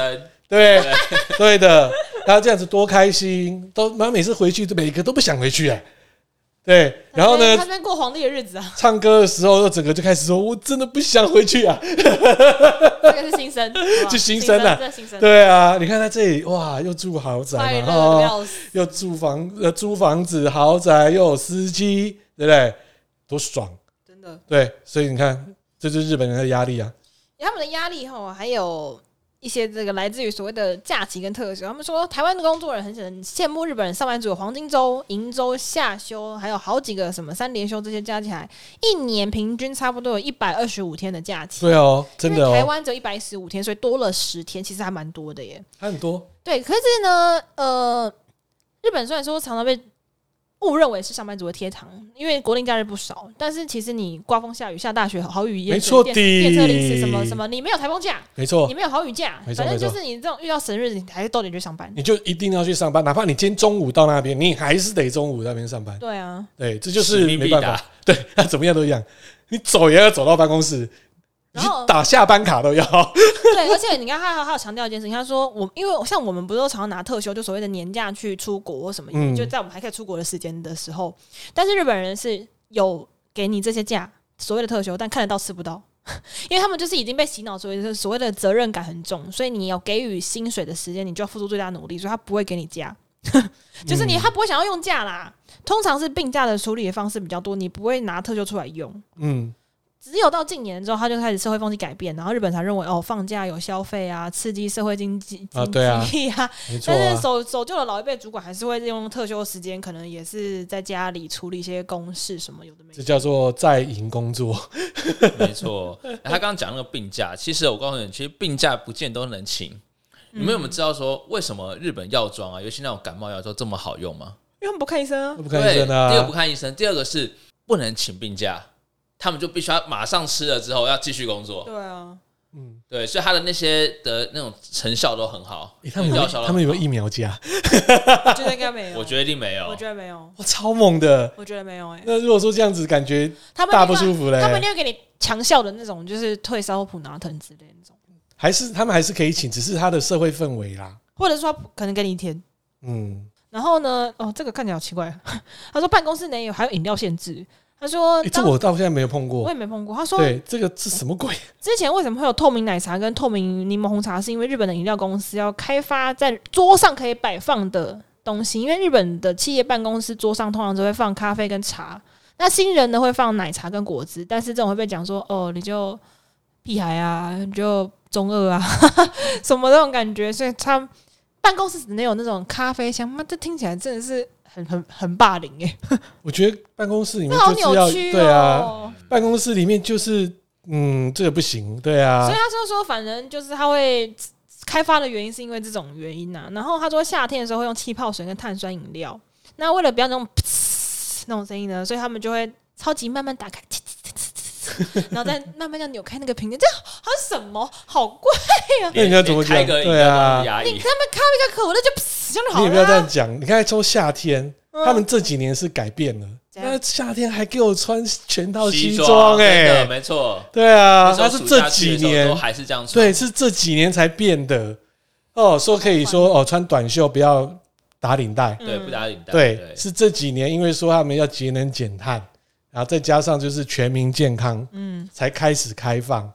Speaker 2: 对对的，然后这样子多开心，都然后每次回去，每个都不想回去哎、对，然后
Speaker 1: 他
Speaker 2: 呢，
Speaker 1: 那边过皇帝的日子啊，
Speaker 2: 唱歌的时候，又整个就开始说，我真的不想回去啊，
Speaker 1: 这个是新生，好吧
Speaker 2: *laughs* 就新生啊
Speaker 1: 这是新生，
Speaker 2: 对啊，你看在这里哇，又住豪宅
Speaker 1: 快乐啊
Speaker 2: 嘛，
Speaker 1: 的
Speaker 2: 哦，
Speaker 1: 要死。
Speaker 2: 又住房呃租房子豪宅，又有司机，对不对？多爽！
Speaker 1: 真的，
Speaker 2: 对，所以你看，这就是日本人的压力啊。
Speaker 1: 他们的压力吼，还有一些这个来自于所谓的假期跟特休。他们说，台湾的工作人很很羡慕日本人上班族有黄金周、银周、夏休，还有好几个什么三连休，这些加起来一年平均差不多有一百二十五天的假期。
Speaker 2: 对哦，真的
Speaker 1: 因为台
Speaker 2: 哦，
Speaker 1: 湾只有一百十五天，所以多了十天，其实还蛮多的耶。
Speaker 2: 它很多。
Speaker 1: 对，可是呢，呃，日本虽然说常常被误认为是上班族的贴堂，因为国定假日不少，但是其实你刮风下雨、下大雪、好雨淹水
Speaker 2: 没错
Speaker 1: 电
Speaker 2: 的
Speaker 1: 电车临时什么什么，你没有台风假，
Speaker 2: 没错
Speaker 1: 你，没有好雨假，
Speaker 2: 没
Speaker 1: 反
Speaker 2: 错
Speaker 1: 正就
Speaker 2: 没错嗯
Speaker 1: 是你这种遇到神日，你还是都得去上班。
Speaker 2: 你就一定要去上班，哪怕你今天中午到那边，你还是得中午那边上班。
Speaker 1: 对啊，
Speaker 2: 对，这就
Speaker 3: 使
Speaker 2: 是
Speaker 3: 命
Speaker 2: 没
Speaker 3: 必
Speaker 2: 办
Speaker 3: 达
Speaker 2: 法，对，那怎么样都一样，你走也要走到办公室，你
Speaker 1: 然
Speaker 2: 去
Speaker 1: 后
Speaker 2: 打下班卡都要。 *laughs*
Speaker 1: *laughs* 对，而且你看他还有还有强调一件事情，他说我因为我像我们不是都常常拿特休，就所谓的年假去出国或什么，
Speaker 2: 嗯
Speaker 1: 就在我们还可以出国的时间的时候，但是日本人是有给你这些假，所谓的特休，但看得到吃不到。 *laughs* 因为他们就是已经被洗脑，所以就是所谓的责任感很重，所以你有给予薪水的时间，你就要付出最大努力，所以他不会给你假， *laughs* 就是你他不会想要用假啦。通常是病假的处理的方式比较多，你不会拿特休出来用。
Speaker 2: 嗯，
Speaker 1: 只有到近年之后，他就开始社会风气改变，然后日本才认为哦，放假有消费啊，刺激社会经济
Speaker 2: 啊对啊
Speaker 1: 经济
Speaker 2: *laughs*
Speaker 1: 啊。
Speaker 2: 没错、
Speaker 1: 但
Speaker 2: 啊
Speaker 1: 是。守守旧的老一辈主管还是会利用特休时间，可能也是在家里处理一些公事什么有的没
Speaker 2: 这
Speaker 1: 的。
Speaker 2: 叫做在营工作，
Speaker 3: 没错。 *laughs* 哎他刚刚讲那个病假，其实我告诉你，其实病假不见都能请。你们有没有知道说为什么日本药妆啊，尤其那种感冒药妆这么好用吗？
Speaker 1: 因为他们不看医生啊
Speaker 2: 都，不看
Speaker 3: 对，
Speaker 2: 医生
Speaker 3: 第二不
Speaker 2: 啊，
Speaker 3: 看医生，第二个是不能请病假，他们就必须要马上吃了之后要继续工作。
Speaker 1: 对啊，
Speaker 2: 嗯，
Speaker 3: 对，所以他的那些的那种成效都很好
Speaker 2: 嗯诶，他们有
Speaker 3: 药
Speaker 2: 没
Speaker 3: 效
Speaker 2: 有
Speaker 3: 都
Speaker 2: 他们有没
Speaker 3: 很
Speaker 2: 有疫苗假？
Speaker 1: 我觉得应该没
Speaker 3: 好
Speaker 1: 有。
Speaker 3: 我觉得一定没有
Speaker 1: 啊我。觉得没有，
Speaker 2: 哇，超猛的！
Speaker 1: 我觉得没有
Speaker 2: *laughs*
Speaker 1: 哎、
Speaker 2: 那如果说这样子，感觉
Speaker 1: 他们
Speaker 2: 大
Speaker 1: 一定
Speaker 2: 不
Speaker 1: 会
Speaker 2: 舒服嘞
Speaker 1: 他们一定会给你强效的那种，就是退烧普拿疼之类的那种，
Speaker 2: 还是他们还是可以请，只是他的社会氛围啦。
Speaker 1: 或者说他可能给你一天。
Speaker 2: 嗯，
Speaker 1: 然后呢，哦，这个看起来好奇怪。 *laughs* 他说办公室内有还有饮料限制。他说
Speaker 2: 诶这
Speaker 1: 当
Speaker 2: 我到现在没有碰
Speaker 1: 我
Speaker 2: 过。
Speaker 1: 也没碰过。他说，
Speaker 2: 对，这个这什么
Speaker 1: *laughs*
Speaker 2: 鬼？
Speaker 1: 之前为什么会有透明奶茶跟透明柠檬红茶，是因为日本的饮料公司要开发在桌上可以摆放的东西，因为日本的企业办公室桌上通常只会放咖啡跟茶，那新人呢会放奶茶跟果汁，但是这种会被讲说，哦，你就屁孩啊，你就中二啊， *laughs* 什么那种感觉，所以他办公室只能有那种咖啡香，妈，这听起来真的是很很很霸凌哎、
Speaker 2: 我觉得办公室里
Speaker 1: 这
Speaker 2: 面
Speaker 1: 好
Speaker 2: 就是要
Speaker 1: 扭曲
Speaker 2: 对啊，
Speaker 1: 哦。
Speaker 2: 办公室里面就是嗯，这个不行，对啊
Speaker 1: 所以，他就说，反正就是他会开发的原因是因为这种原因呐、啊然后他说夏天的时候会用气泡水跟碳酸饮料，那为了不要那种 *laughs* 噗那种声音呢，所以他们就会超级慢慢打
Speaker 2: *laughs*
Speaker 1: 开。呲呲呲呲呲然后再慢慢这样扭开那个瓶子，这它是什么？好贵！
Speaker 2: 那你要怎么
Speaker 3: 连开
Speaker 2: 讲？
Speaker 3: 个
Speaker 2: 对啊，
Speaker 3: 压
Speaker 1: 你
Speaker 3: 抑。
Speaker 1: 他们咖啡跟可乐就噗就
Speaker 2: 你
Speaker 1: 好
Speaker 2: 也不要这
Speaker 1: 了
Speaker 2: 样
Speaker 1: 啊。
Speaker 2: 讲。你看，从夏天，
Speaker 1: 嗯
Speaker 2: 他们这几年是改变了，
Speaker 1: 怎样
Speaker 2: 那夏天还给我穿全套西
Speaker 3: 装
Speaker 2: 装
Speaker 3: 真的
Speaker 2: 哎，
Speaker 3: 没错。
Speaker 2: 对啊，
Speaker 3: 那
Speaker 2: 他
Speaker 3: 时
Speaker 2: 是
Speaker 3: 候暑
Speaker 2: 这
Speaker 3: 假
Speaker 2: 几
Speaker 3: 去的时候都
Speaker 2: 年，
Speaker 3: 还是这样穿
Speaker 2: 对，，是这几年才变的。哦，说可以说哦，穿短袖不要打领带，
Speaker 3: 对，不打领带，
Speaker 2: 对，是这几年因为说他们要节能减碳，然后再加上就是全民健康，
Speaker 1: 嗯，
Speaker 2: 才开始开放。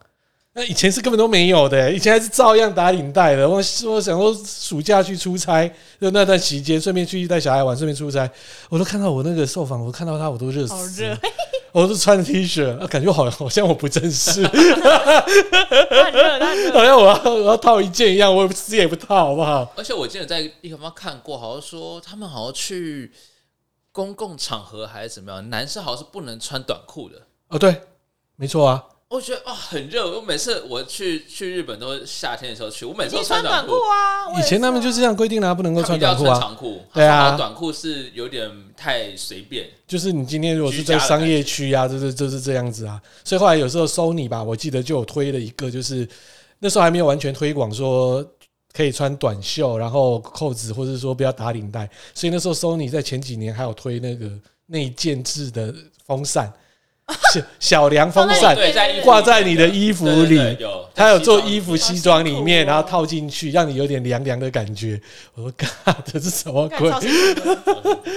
Speaker 2: 那以前是根本都没有的，以前还是照样打领带的。我我想说，暑假去出差，就那段期间，顺便去带小孩玩，顺便出差，我都看到我那个受访，我看到他，我都热死，
Speaker 1: 好热，
Speaker 2: 我都穿着 T 恤，啊感觉好好像我不正式，
Speaker 1: 它很热，它很热。
Speaker 2: *laughs* 好像我要我要套一件一样，我自己也不套，好不好？
Speaker 3: 而且我记得在一个地方看过，好像说他们好像去公共场合还是怎么样，男生好像是不能穿短裤的。
Speaker 2: 哦，对，没错啊，
Speaker 3: 我觉得哦，很热。我每次我去去日本都是夏天的时候去，我每次
Speaker 1: 你
Speaker 3: 都
Speaker 1: 穿
Speaker 3: 短
Speaker 1: 短裤啊？我也
Speaker 2: 以
Speaker 1: 是啊
Speaker 2: 前他们就是这样规定的、啊，不能够
Speaker 3: 他们
Speaker 2: 穿
Speaker 3: 一定要
Speaker 2: 短裤啊。
Speaker 3: 穿长裤，
Speaker 2: 对啊
Speaker 3: 他说短裤是有点太随便。
Speaker 2: 就是你今天如果是在商业区啊，就是就是这样子啊。所以后来有时候 Sony 吧，我记得就有推了一个，就是那时候还没有完全推广说可以穿短袖，然后扣子或者说不要打领带。所以那时候 Sony 在前几年还有推那个内建制的风扇，小小凉风
Speaker 1: 放在
Speaker 2: 扇
Speaker 1: 你的
Speaker 3: 对，在衣服里
Speaker 2: 挂在你的衣服
Speaker 3: 对对
Speaker 2: 里
Speaker 3: 对。有，
Speaker 2: 它有
Speaker 3: 在西装
Speaker 2: 做衣服
Speaker 3: 里面
Speaker 2: 西装里
Speaker 1: 好辛苦
Speaker 2: 面，
Speaker 1: 哦
Speaker 2: 然后套进去，让你有点凉凉的感觉。我说：“嘎，这是什么 *laughs*
Speaker 1: 干
Speaker 2: 鬼？”
Speaker 1: 超辛苦的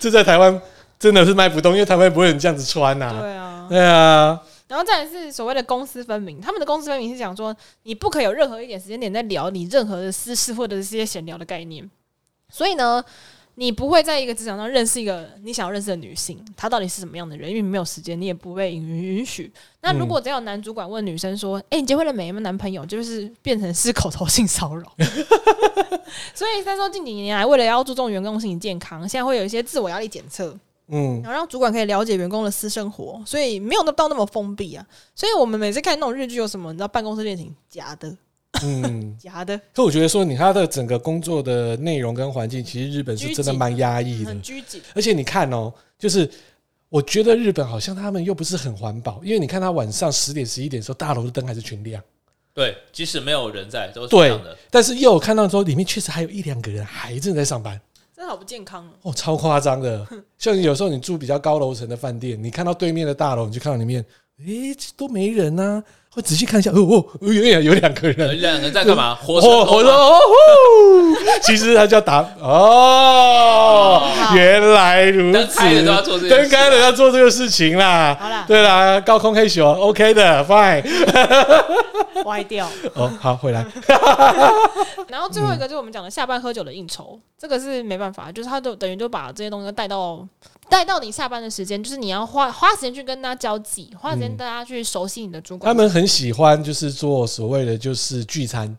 Speaker 2: 这在台湾真的是卖不动，因为台湾不会有人这样子穿呐、
Speaker 1: 对啊。
Speaker 2: 对啊，
Speaker 1: 然后再来是所谓的公私分明，他们的公私分明是讲说，你不可以有任何一点时间点在聊你任何的私事或者是一些闲聊的概念。所以呢，你不会在一个职场上认识一个你想要认识的女性，她到底是什么样的人，因为你没有时间，你也不被允允许。那如果只要有男主管问女生说：“哎、你结婚了没？有没有男朋友？”就是变成是口头性骚扰。 *laughs* 所以他说，近几年来，为了要注重员工心理健康，现在会有一些自我压力检测。
Speaker 2: 嗯，
Speaker 1: 然后让主管可以了解员工的私生活，所以没有那到那么封闭啊。所以我们每次看那种日剧，有什么你知道办公室恋情假的，
Speaker 2: 嗯，
Speaker 1: 假的，
Speaker 2: 可我觉得说你他的整个工作的内容跟环境，其实日本是真的蛮压抑的
Speaker 1: 很。拘谨。
Speaker 2: 而且你看哦，就是我觉得日本好像他们又不是很环保，因为你看他晚上十点十一点的时候，大楼的灯还是全亮，
Speaker 3: 对，即使没有人在，都是这
Speaker 2: 对
Speaker 3: 样的。。
Speaker 2: 但是又有看到说里面确实还有一两个人还正在上班，
Speaker 1: 真的好不健康哦。
Speaker 2: 哦，超夸
Speaker 1: *laughs*
Speaker 2: 张的。像有时候你住比较高楼层的饭店，你看到对面的大楼，你就看到里面，诶、这都没人呐、会仔细看一下，哦哦，哦有两有两个
Speaker 3: 有
Speaker 2: 人，
Speaker 3: 呃两个人在干嘛？活
Speaker 2: 哦，
Speaker 3: 生
Speaker 2: 我
Speaker 3: 活
Speaker 2: 说
Speaker 3: 生。
Speaker 2: 哦吼，其实他叫打哦，原来如
Speaker 3: 灯
Speaker 2: 此，
Speaker 3: 开了都要做这件事啊
Speaker 2: 灯开了要做这个事情啦。
Speaker 1: 好啦
Speaker 2: 对啦，高空黑熊 OK 的，fine。
Speaker 1: *laughs* 歪掉。
Speaker 2: 哦，好，回来，
Speaker 1: 然后最后一个就是我们讲的下班喝酒的应酬，这个是没办法，就是他都等于就把这些东西都带到带到你下班的时间，就是你要花花时间去跟他交际，花时间大家去熟悉你的主管。
Speaker 2: *laughs* 嗯他们很喜欢就是做所谓的就是聚餐，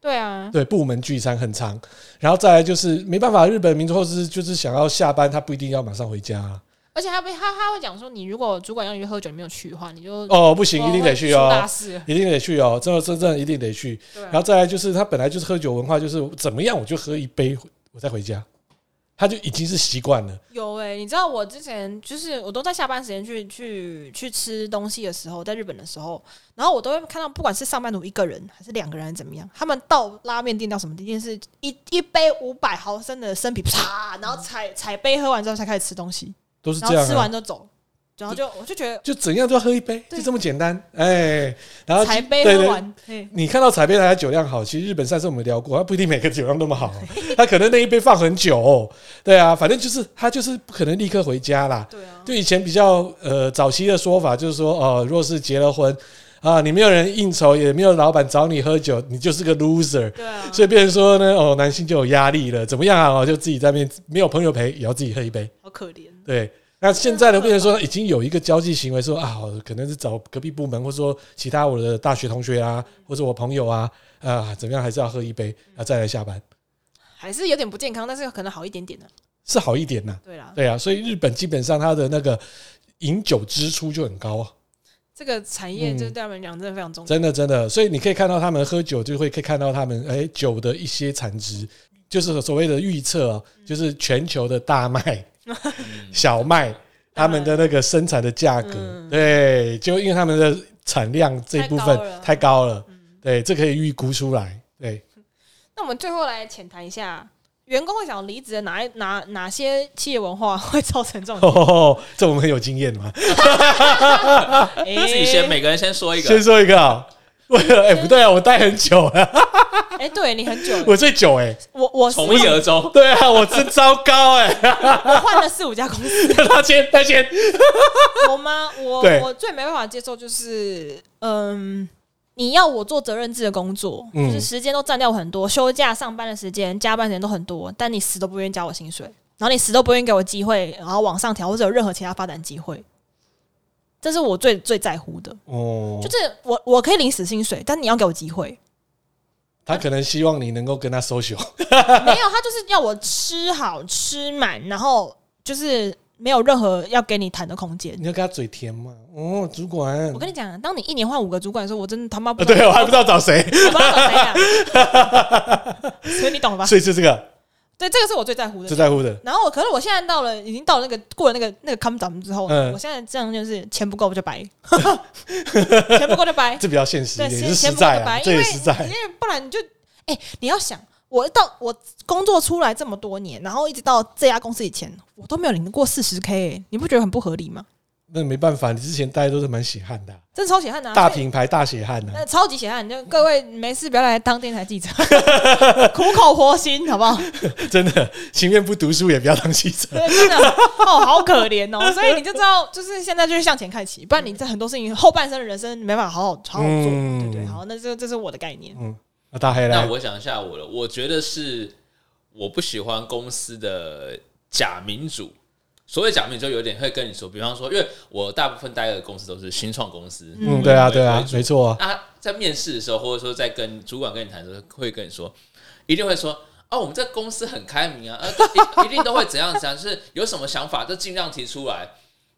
Speaker 1: 对啊，
Speaker 2: 对部门聚餐很长，然后再来就是没办法，日本民族后是就是想要下班，他不一定要马上回家啊、
Speaker 1: 而且他会他他会讲说，你如果主管要你去喝酒，你没有去的话，你就
Speaker 2: 哦，不行，一定得去
Speaker 1: 出
Speaker 2: 哦
Speaker 1: 大，事了。
Speaker 2: 一定得去哦，真的真正一定得去。
Speaker 1: 对啊
Speaker 2: 然后再来就是他本来就是喝酒文化，就是怎么样我就喝一杯，我再回家，他就已经是习惯了。
Speaker 1: 有哎、你知道我之前就是我都在下班时间去去去吃东西的时候，在日本的时候，然后我都会看到，不管是上班族一个人还是两个人还是怎么样，他们到拉面店到什么地店是一一杯五百毫升的生啤，啪，
Speaker 2: 嗯
Speaker 1: 然后踩踩杯喝完之后才开始吃东西，
Speaker 2: 都是
Speaker 1: 然
Speaker 2: 这
Speaker 1: 后
Speaker 2: 样、
Speaker 1: 吃完
Speaker 2: 啊，
Speaker 1: 就走，然后就我就觉得
Speaker 2: 就怎样都要喝一杯，
Speaker 1: 对
Speaker 2: 就这么简单。哎，然后
Speaker 1: 踩杯
Speaker 2: 对
Speaker 1: 喝
Speaker 2: 对
Speaker 1: 完，嘿
Speaker 2: 你看到彩杯台的酒量好，其实日本上次我们聊过，它不一定每个酒量那么好哦，它可能那一杯放很久哦、对啊，反正就是它就是不可能立刻回家啦。
Speaker 1: 对啊，
Speaker 2: 就以前比较呃早期的说法，就是说哦、若是结了婚啊，你没有人应酬，也没有老板找你喝酒，你就是个 loser。
Speaker 1: 对啊，
Speaker 2: 所以变成说呢，哦，男性就有压力了，怎么样啊？哦，就自己在面没有朋友陪，也要自己喝一杯。
Speaker 1: 好可怜。
Speaker 2: 对，那现在呢，变成说已经有一个交际行为说，啊，我可能是找隔壁部门，或者说其他我的大学同学啊，或者我朋友啊，啊，怎么样，还是要喝一杯，啊，再来下班
Speaker 1: 还是有点不健康，但是可能好一点点的、
Speaker 2: 是好一点呐、
Speaker 1: 对啦，
Speaker 2: 对啊，所以日本基本上它的那个饮酒支出就很高啊，
Speaker 1: 这个产业
Speaker 2: 嗯
Speaker 1: 就是对他们讲真的非常重要。
Speaker 2: 真的真的，所以你可以看到他们喝酒，就会可以看到他们哎、酒的一些产值。就是所谓的预测哦，
Speaker 1: 嗯
Speaker 2: 就是全球的大麦、小
Speaker 1: *laughs*
Speaker 2: 麦，他们的那个生产的价格，
Speaker 1: 嗯
Speaker 2: 对，就因为他们的产量这一部分
Speaker 1: 太高了嗯
Speaker 2: 太高了，对，这可以预估出来，对，
Speaker 1: *laughs* 那我们最后来浅谈一下，员工会想离职的哪一哪哪些企业文化 *laughs* 会造成
Speaker 2: *laughs*
Speaker 1: 这种？
Speaker 2: 哦，这我们很有经验嘛。
Speaker 1: 哎
Speaker 3: 自己先，每个人先说一
Speaker 2: 先
Speaker 3: 个，
Speaker 2: 说一个哦，为了 *laughs* 哎不对啊， *laughs* 我待很久了，
Speaker 1: 哎，对你
Speaker 2: *laughs*
Speaker 1: 很久了，
Speaker 2: 我最久哎，
Speaker 1: 我我是
Speaker 3: 从一而终。
Speaker 2: 对啊，我真糟糕哎， *laughs*
Speaker 1: 我换了四五家公司，
Speaker 2: 他先他先，
Speaker 1: 我吗？我
Speaker 2: 对
Speaker 1: 我最没办法接受就是，嗯。你要我做责任制的工作，
Speaker 2: 嗯
Speaker 1: 就是时间都占掉我很多，休假、上班的时间、加班时间都很多，但你死都不愿意加我薪水，然后你死都不愿意给我机会，然后往上调或者有任何其他发展机会，这是我最最在乎的。
Speaker 2: 哦
Speaker 1: 就是我我可以领死薪水，但你要给我机会，
Speaker 2: 他可能希望你能够跟他 social，
Speaker 1: 没有，他就是要我吃好吃满，然后就是没有任何要给你谈的空间
Speaker 2: 你。要跟他嘴甜嘛，哦，主管
Speaker 1: 我，跟你讲，当你一年换五个主管的时候，我真的他妈不
Speaker 2: 呃，
Speaker 1: 知道
Speaker 2: *laughs* 对我还不知道
Speaker 1: *laughs*
Speaker 2: 找
Speaker 1: 我
Speaker 2: 谁，*laughs*
Speaker 1: 不知道找谁讲，所以你懂了吧？
Speaker 2: 所以是这个
Speaker 1: 对，这个是我最在乎
Speaker 2: 最
Speaker 1: 的。
Speaker 2: 在乎的，
Speaker 1: 然后我，可是我现在到了，已经到了那个过了那个那个 come down 之后，
Speaker 2: 嗯
Speaker 1: 我现在这样就是钱不够我就
Speaker 2: *laughs*
Speaker 1: 白，钱不够就白，
Speaker 2: 这比较现实
Speaker 1: 对，
Speaker 2: 一点，也
Speaker 1: 先
Speaker 2: 是
Speaker 1: 先
Speaker 2: 实
Speaker 1: 不告
Speaker 2: 在
Speaker 1: 个
Speaker 2: 啊
Speaker 1: 白，，
Speaker 2: 这
Speaker 1: 因
Speaker 2: 也
Speaker 1: 为
Speaker 2: 实在
Speaker 1: 因。为不然你就哎、你要想，我到我工作出来这么多年，然后一直到这家公司以前，我都没有领过四十 K，你不觉得很不合理吗？
Speaker 2: 那没办法，你之前待都是蛮血汗的啊、
Speaker 1: 真的超血汗的、啊，
Speaker 2: 大
Speaker 1: 所以
Speaker 2: 品牌大血汗啊的、
Speaker 1: 呃超级血汗，就各位没事不要来当电台记者， *laughs* 苦口婆心好不 *laughs* 好？
Speaker 2: 真的，情愿不读书也不要当记者。 *laughs*
Speaker 1: 对，真的哦，好可怜哦，所以你就知道，就是现在就是向前看齐，不然你这很多事情后半生的人生没办法好好好好做，
Speaker 2: 嗯
Speaker 1: 对不对？好，那这这是我的概念，
Speaker 2: 嗯，那大黑
Speaker 3: 那
Speaker 2: 来，
Speaker 3: 我想一下我的，我觉得是我不喜欢公司的假民主。所谓假民主，有点会跟你说，比方说，因为我大部分待的公司都是新创公司，
Speaker 2: 嗯，对啊，对啊
Speaker 3: 为，主
Speaker 2: 没错啊，
Speaker 3: 啊，在面试的时候，或者说在跟主管跟你谈的时候，会跟你说，一定会说，哦，我们这啊 *laughs* 公司很开明啊，呃，一一定都会怎样怎样，就是有什么想法就尽量提出来。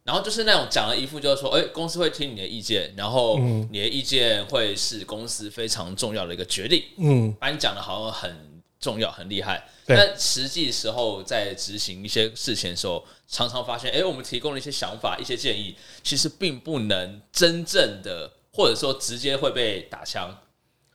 Speaker 3: 然后就是那种讲的一副就是说，哎、公司会听你的意见，然后你的意见会是公司非常重要的一个决定，
Speaker 2: 嗯，
Speaker 3: 把你讲的好像很重要、很厉害，
Speaker 2: 对
Speaker 3: 但实际时候在执行一些事情的时候，常常发现，哎、我们提供了一些想法、一些建议，其实并不能真正的，或者说直接会被打枪，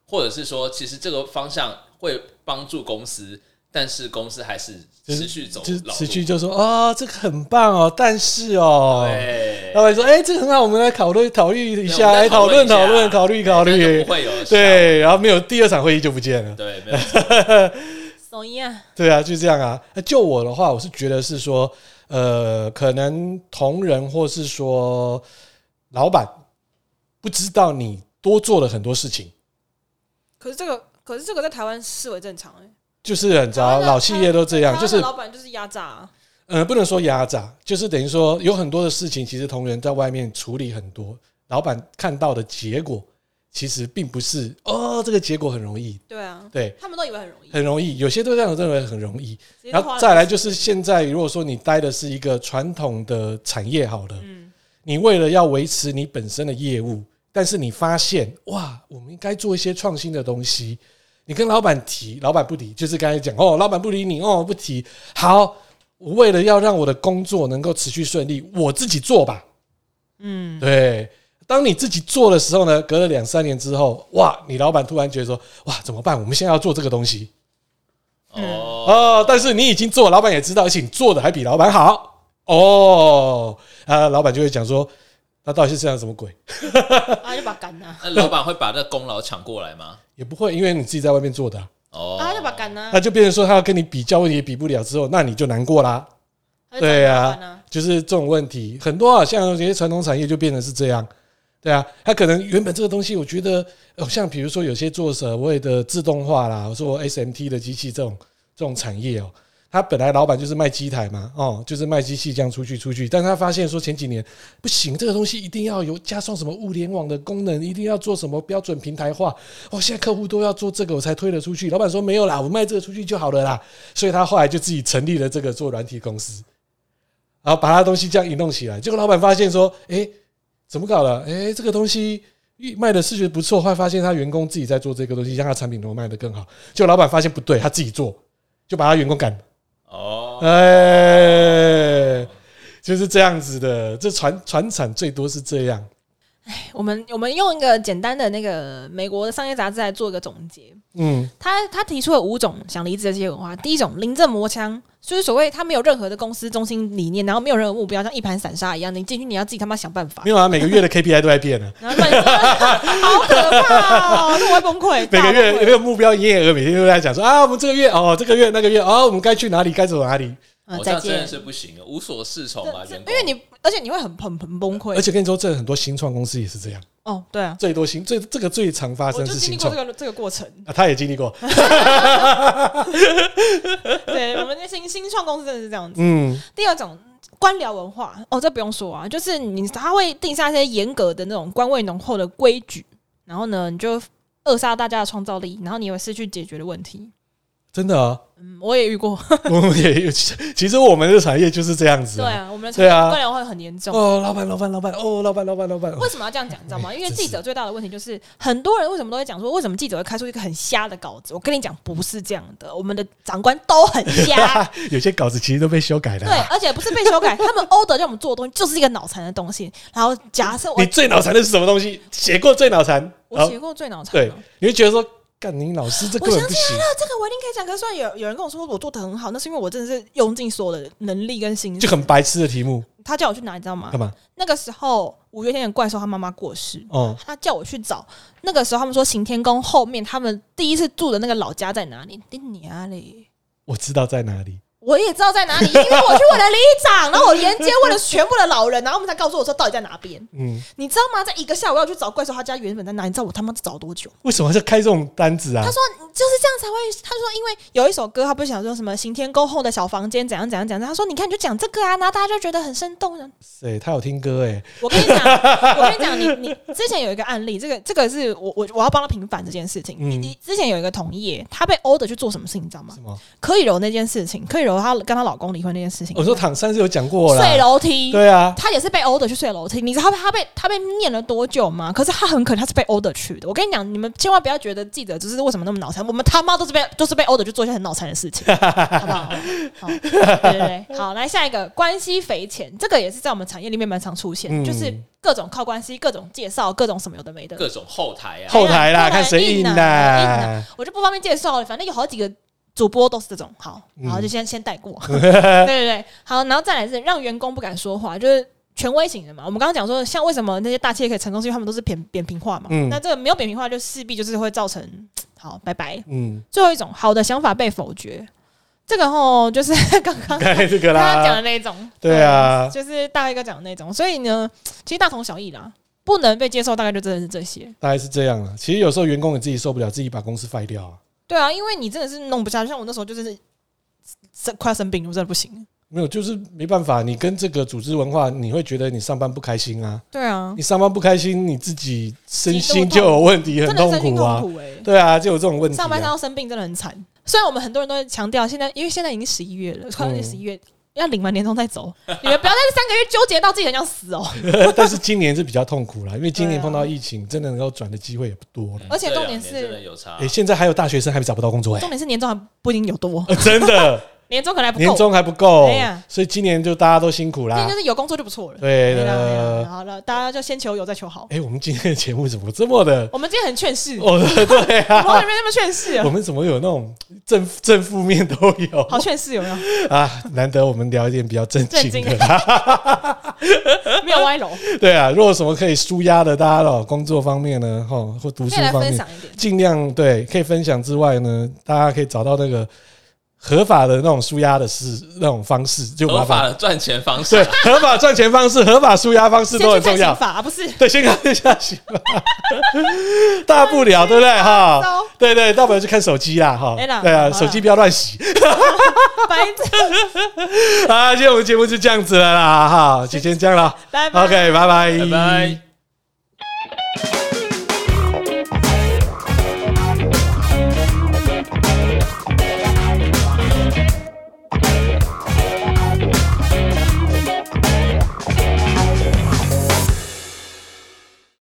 Speaker 3: 或者是说，其实这个方向会帮助公司，但是公司还是
Speaker 2: 就是
Speaker 3: 持续走
Speaker 2: 就是
Speaker 3: 老
Speaker 2: 持续
Speaker 3: 路。
Speaker 2: 就说啊、这个很棒哦，但是哦，
Speaker 3: 对
Speaker 2: 老板说，哎、这个很好，我们来讨论考虑一
Speaker 3: 对我
Speaker 2: 下，
Speaker 3: 们
Speaker 2: 来
Speaker 3: 再
Speaker 2: 讨
Speaker 3: 讨
Speaker 2: 论
Speaker 3: 论
Speaker 2: 讨论考虑考
Speaker 3: 那就
Speaker 2: 虑
Speaker 3: 不，会有效
Speaker 2: 对，然后没有第二场会议就不见了。
Speaker 3: 对，没有
Speaker 5: 所以啊，
Speaker 2: 对啊，就这样啊。那就我的话，我是觉得是说，呃，可能同仁或是说老板不知道你多做了很多事情，
Speaker 1: 可是这个，可是这个在台湾视为正常哎、
Speaker 2: 就是很糟，老企业都这样，
Speaker 1: 台
Speaker 2: 就
Speaker 1: 湾的
Speaker 2: 是
Speaker 1: 啊老板就是压榨、啊，
Speaker 2: 呃，不能说压榨，就是等于说有很多的事情，其实同仁在外面处理很多，老板看到的结果其实并不是哦，这个结果很容易，
Speaker 1: 对啊，
Speaker 2: 对，
Speaker 1: 他们都以为很容易，
Speaker 2: 很容易，有些都这样认为很容易，
Speaker 1: 直接
Speaker 2: 然
Speaker 1: 花
Speaker 2: 后
Speaker 1: 了
Speaker 2: 再来就是现在，如果说你待的是一个传统的产业好了，你为了要维持你本身的业务，但是你发现哇，我们应该做一些创新的东西，你跟老板提，老板不理，就是刚才讲哦，老板不理你哦，不提。好，我为了要让我的工作能够持续顺利，我自己做吧。
Speaker 1: 嗯，
Speaker 2: 对，当你自己做的时候呢，隔了两三年之后，哇，你老板突然觉得说，哇，怎么办？我们现在要做这个东西，
Speaker 3: 哦，
Speaker 2: *laughs* 哦，但是你已经做，老板也知道，而且你做的还比老板好哦。啊，老板就会讲说，那到底是这样什么鬼？
Speaker 1: 啊就把他
Speaker 2: *laughs*
Speaker 1: 干啊，
Speaker 3: 那老板会把那功劳抢过来吗？
Speaker 2: 也不会，因为你自己在外面做的啊、
Speaker 3: 哦，
Speaker 1: 啊就把他干啊，
Speaker 2: 那就变成说他要跟你比较，问题也比不了之后，那你就难过啦。
Speaker 1: 他就
Speaker 2: 对
Speaker 1: 找
Speaker 2: 啊
Speaker 1: 老板啊，
Speaker 2: 就是这种问题很多啊，像有些传统产业就变成是这样。对啊，他可能原本这个东西，我觉得，哦，像比如说有些做所谓的自动化啦，做 SMT 的机器这种这种产业哦，他本来老板就是卖机台嘛，哦，就是卖机器这样出去出去，但是他发现说前几年不行，这个东西一定要有加上什么物联网的功能，一定要做什么标准平台化，哦，现在客户都要做这个，我才推得出去。老板说没有啦，我卖这个出去就好了啦，所以他后来就自己成立了这个做软体公司。然后把他东西这样一弄起来，结果老板发现说，哎，怎么搞了？哎，这个东西卖的是觉得不错，后来发现他员工自己在做这个东西，让他产品能够卖得更好。结果老板发现不对，他自己做，就把他员工赶，
Speaker 3: 哦，
Speaker 2: 哎，就是这样子的。这传传产最多是这样，
Speaker 1: 我们我们用一个简单的那个美国的商业杂志来做一个总结，
Speaker 2: 嗯
Speaker 1: 他他提出了五种想离职的企业文化。第一种临阵磨枪，就是所谓他没有任何的公司中心理念，然后没有任何目标，像一盘散沙一样，你进去你要自己他妈想办
Speaker 2: *laughs*
Speaker 1: 法
Speaker 2: 没。有啊，每
Speaker 1: *laughs*
Speaker 2: 个月的 KPI 都在变啊，
Speaker 1: 然后 *laughs* 乱好可怕哦，那我会崩溃。
Speaker 2: 每个月
Speaker 1: 大崩
Speaker 2: 有没
Speaker 1: 溃
Speaker 2: 有目标营业额，每天都在讲说啊，我们这个月哦，这个月那个月哦，我们该去哪里，该走哪里。
Speaker 3: 我
Speaker 1: 嗯，
Speaker 3: 哦这
Speaker 1: 再
Speaker 3: 样真
Speaker 1: 见
Speaker 3: 的。是不行，无所适从啊，
Speaker 1: 对
Speaker 3: 员
Speaker 1: 因为你，
Speaker 3: 工
Speaker 1: 而且你会很很很崩溃。
Speaker 2: 而且跟你说，这很多新创公司也是这样。
Speaker 1: 哦，对啊，
Speaker 2: 最多新最这个最常发
Speaker 1: 我
Speaker 2: 生
Speaker 1: 就是经历
Speaker 2: 新
Speaker 1: 过
Speaker 2: 创
Speaker 1: 这个这个过程。
Speaker 2: 啊，他也经历过，
Speaker 1: 对我们那新新创公司真的是这样子。
Speaker 2: 嗯，
Speaker 1: 第二种官僚文化，哦，这不用说啊，就是你他会定下一些严格的那种官位浓厚的规矩，然后呢，你就扼杀大家的创造力，然后你也会失去解决的问题。
Speaker 2: 真的啊， *laughs*
Speaker 1: 嗯，我也遇过，
Speaker 2: 我们也有，其实我们的产业就是这样子、
Speaker 1: 对 *laughs* 啊，我们的
Speaker 2: 对啊
Speaker 1: 官僚会很严重。
Speaker 2: 哦，老板，老板，老板，哦，老板，老板，老板，哦
Speaker 1: 为什么要这样讲？你知道吗？
Speaker 2: 哎
Speaker 1: 因为
Speaker 2: 真
Speaker 1: 记者最大的问题就是，很多人为什么都会讲说，为什么记者会开出一个很瞎的稿子？我跟你讲，不是这样的，我们的长官都很
Speaker 2: *laughs*
Speaker 1: 瞎，
Speaker 2: 有些稿子其实都被修改的、啊
Speaker 1: 对，啊而且不是被修改，他们 order 让我们做的东西就是一个脑残的东西。然后假设我
Speaker 2: 你最脑残的是什么东西？写过最脑残，
Speaker 1: 我
Speaker 2: 哦
Speaker 1: 写过最脑残
Speaker 2: 对
Speaker 1: 的，，
Speaker 2: 你会觉得说，干你老师这根本不行，
Speaker 1: 这个我一定可以讲。可是虽然有有人跟我说我做的很好，那是因为我真的是用尽所有的能力跟心
Speaker 2: 就嗯
Speaker 1: 思。
Speaker 2: 很白痴的题目，
Speaker 1: 他叫我去哪，你知道吗
Speaker 2: 干？嘛？
Speaker 1: 那个时候五月天的怪兽他妈妈过世，
Speaker 2: 哦，
Speaker 1: 他叫我去找。那个时候他们说行天宫后面他们第一次住的那个老家在哪里？丁你啊嘞！
Speaker 2: 我知道在哪里，
Speaker 1: 我也知道在哪里，因为我去问了里长，然后我沿街问了全部的老人，然后他们才告诉我说到底在哪边。
Speaker 2: 嗯，
Speaker 1: 你知道吗？在一个下午要去找怪兽他家原本在哪，你知道我他妈找多久？
Speaker 2: 为什么要开这种单子啊
Speaker 1: 他？说你就是这样才会，他说因为有一首歌，他不是想说什么行天沟后的小房间怎样怎样怎样，他说你看你就讲这个啊，然后大家就觉得很生动。
Speaker 2: 对，他有听歌哎，
Speaker 1: 我跟你讲，我跟你讲，你你之前有一个案例，这个这个是我我我要帮他平反这件事情。
Speaker 2: 嗯
Speaker 1: 你你之前有一个同业，他被殴的去做什么事，你知道吗
Speaker 2: 什？么？
Speaker 1: 柯以柔那件事情，柯以柔她跟她老公离婚那件事情，
Speaker 2: 我说唐三是有讲过
Speaker 1: 睡
Speaker 2: 啦，
Speaker 1: 楼梯，
Speaker 2: 对啊，
Speaker 1: 他也是被殴的去睡楼梯，你知道他被他被他被念了多久吗？可是他很可能他是被殴的去的。我跟你讲，你们千万不要觉得记者就是为什么那么脑残，我们他妈都是被都是被殴的去做一些很脑残的事情，好不好？好，对对对，好，来下一个关系匪浅，这个也是在我们产业里面蛮常出现，
Speaker 2: 嗯
Speaker 1: 就是各种靠关系、各种介绍、各种什么有的没的。
Speaker 3: 各种后台啊，
Speaker 2: 后台啦，
Speaker 1: 后台
Speaker 2: 看谁
Speaker 1: 硬
Speaker 2: 赢
Speaker 1: 啊硬
Speaker 2: 啦
Speaker 1: 啊。我就不方便介绍了，反正有好几个主播都是这种。好，
Speaker 2: 嗯
Speaker 1: 然后就先、 *laughs* 先带
Speaker 2: *laughs*
Speaker 1: 过。对对对，好，然后再来是让员工不敢说话，就是权威型的嘛。我们刚刚讲说，像为什么那些大企业可以成功，是因为他们都是扁扁平化嘛。
Speaker 2: 嗯
Speaker 1: 那这个没有扁平化，就势必就是会造成好拜拜。
Speaker 2: 嗯， *laughs*
Speaker 1: 最后一种，好的想法被否决，这个吼就是 *laughs* 刚刚
Speaker 2: 该这个
Speaker 1: 刚刚讲的
Speaker 2: 啦，
Speaker 1: 那一种，
Speaker 2: 对啊
Speaker 1: 就是大概哥讲的那种。所以呢，其实大同小异啦，不能被接受，大概就真的是这些。
Speaker 2: 大概是这样啊。其实有时候员工也自己受不了，自己把公司废掉啊。
Speaker 1: 对啊，因为你真的是弄不下去，像我那时候就是生快生病，我真的不行。
Speaker 2: 没有，就是没办法，你跟这个组织文化，你会觉得你上班不开心啊。
Speaker 1: 对啊，
Speaker 2: 你上班不开心，你自己身
Speaker 1: 极
Speaker 2: 心
Speaker 1: 度痛
Speaker 2: 就有问题，
Speaker 1: 真
Speaker 2: 很
Speaker 1: 的
Speaker 2: 痛
Speaker 1: 身心
Speaker 2: 苦
Speaker 1: 痛
Speaker 2: 啊。
Speaker 1: 苦哎、
Speaker 2: 对啊，就有这种问题、啊。
Speaker 1: 上班上到生病真的很惨。虽然我们很多人都在强调，现在因为现在已经十一月了，快要
Speaker 2: 嗯
Speaker 1: 十一月。要领完年终再走，你们不要在这三个月纠结到自己很想死哦。
Speaker 2: 但是今年是比较痛苦啦，因为今年
Speaker 1: 对啊嗯
Speaker 2: 碰到疫情，真的能够转的机会也不多了。
Speaker 1: 而且
Speaker 3: 这
Speaker 1: 重点
Speaker 3: 两年
Speaker 1: 是
Speaker 3: 啊真的有差
Speaker 2: 诶，，现在还有大学生还找不到工作哎、
Speaker 1: 重点是年终还不一定有多，
Speaker 2: 呃真的
Speaker 1: 年终可能啊 *laughs* 还不够。
Speaker 2: 年终还不够
Speaker 1: 哎呀，
Speaker 2: 所以今年就大家都辛苦
Speaker 1: 那
Speaker 2: 啦
Speaker 1: 就。是有工作就不错了。
Speaker 2: 对啊
Speaker 1: 啦对啦
Speaker 2: 的，
Speaker 1: 好了，大家就先求有再求好。
Speaker 2: 哎，我们今天的节目怎么这么的？
Speaker 1: 我们今天很劝世，我
Speaker 2: 哦，
Speaker 1: *laughs*
Speaker 2: 对
Speaker 1: 们
Speaker 2: 啊，
Speaker 1: 里面那么劝世啊
Speaker 2: *laughs* 我，们怎么有那种正正负面都有
Speaker 1: 好劝世有没有？
Speaker 2: 啊？难得我们聊一点比较正
Speaker 1: 震
Speaker 2: 经
Speaker 1: 惊
Speaker 2: 的，
Speaker 1: 没有歪楼，
Speaker 2: *laughs* 对啊。如果有什么可以舒压的，大家哦，工作方面呢，哈，或读书
Speaker 1: 可以来
Speaker 2: 方
Speaker 1: 分
Speaker 2: 面，
Speaker 1: 享一点。
Speaker 2: 尽量对可以分享之外呢，大家可以找到那个合法的那种舒压的事那种方式，就麻
Speaker 3: 合法
Speaker 2: 烦
Speaker 3: 的赚钱方式
Speaker 2: 对，合法赚钱方式、合法舒压方式
Speaker 1: 先
Speaker 2: 都
Speaker 1: 去
Speaker 2: 很重
Speaker 1: 看
Speaker 2: 要
Speaker 1: 刑。法啊，不是？
Speaker 2: *laughs* 对，先看一下行
Speaker 1: *laughs*
Speaker 2: 吧，大不了对不对哈？
Speaker 1: 糟
Speaker 2: 对对，大不了就看手机啦哈
Speaker 1: 哎啦。
Speaker 2: 对
Speaker 1: 好
Speaker 2: 啊，
Speaker 1: 啦
Speaker 2: 手机不要乱洗
Speaker 1: 白痴，
Speaker 2: 啊！今天我们节目就这样子了啦哈，就先这样了。
Speaker 1: 拜拜。
Speaker 2: OK，拜拜，
Speaker 3: 拜拜。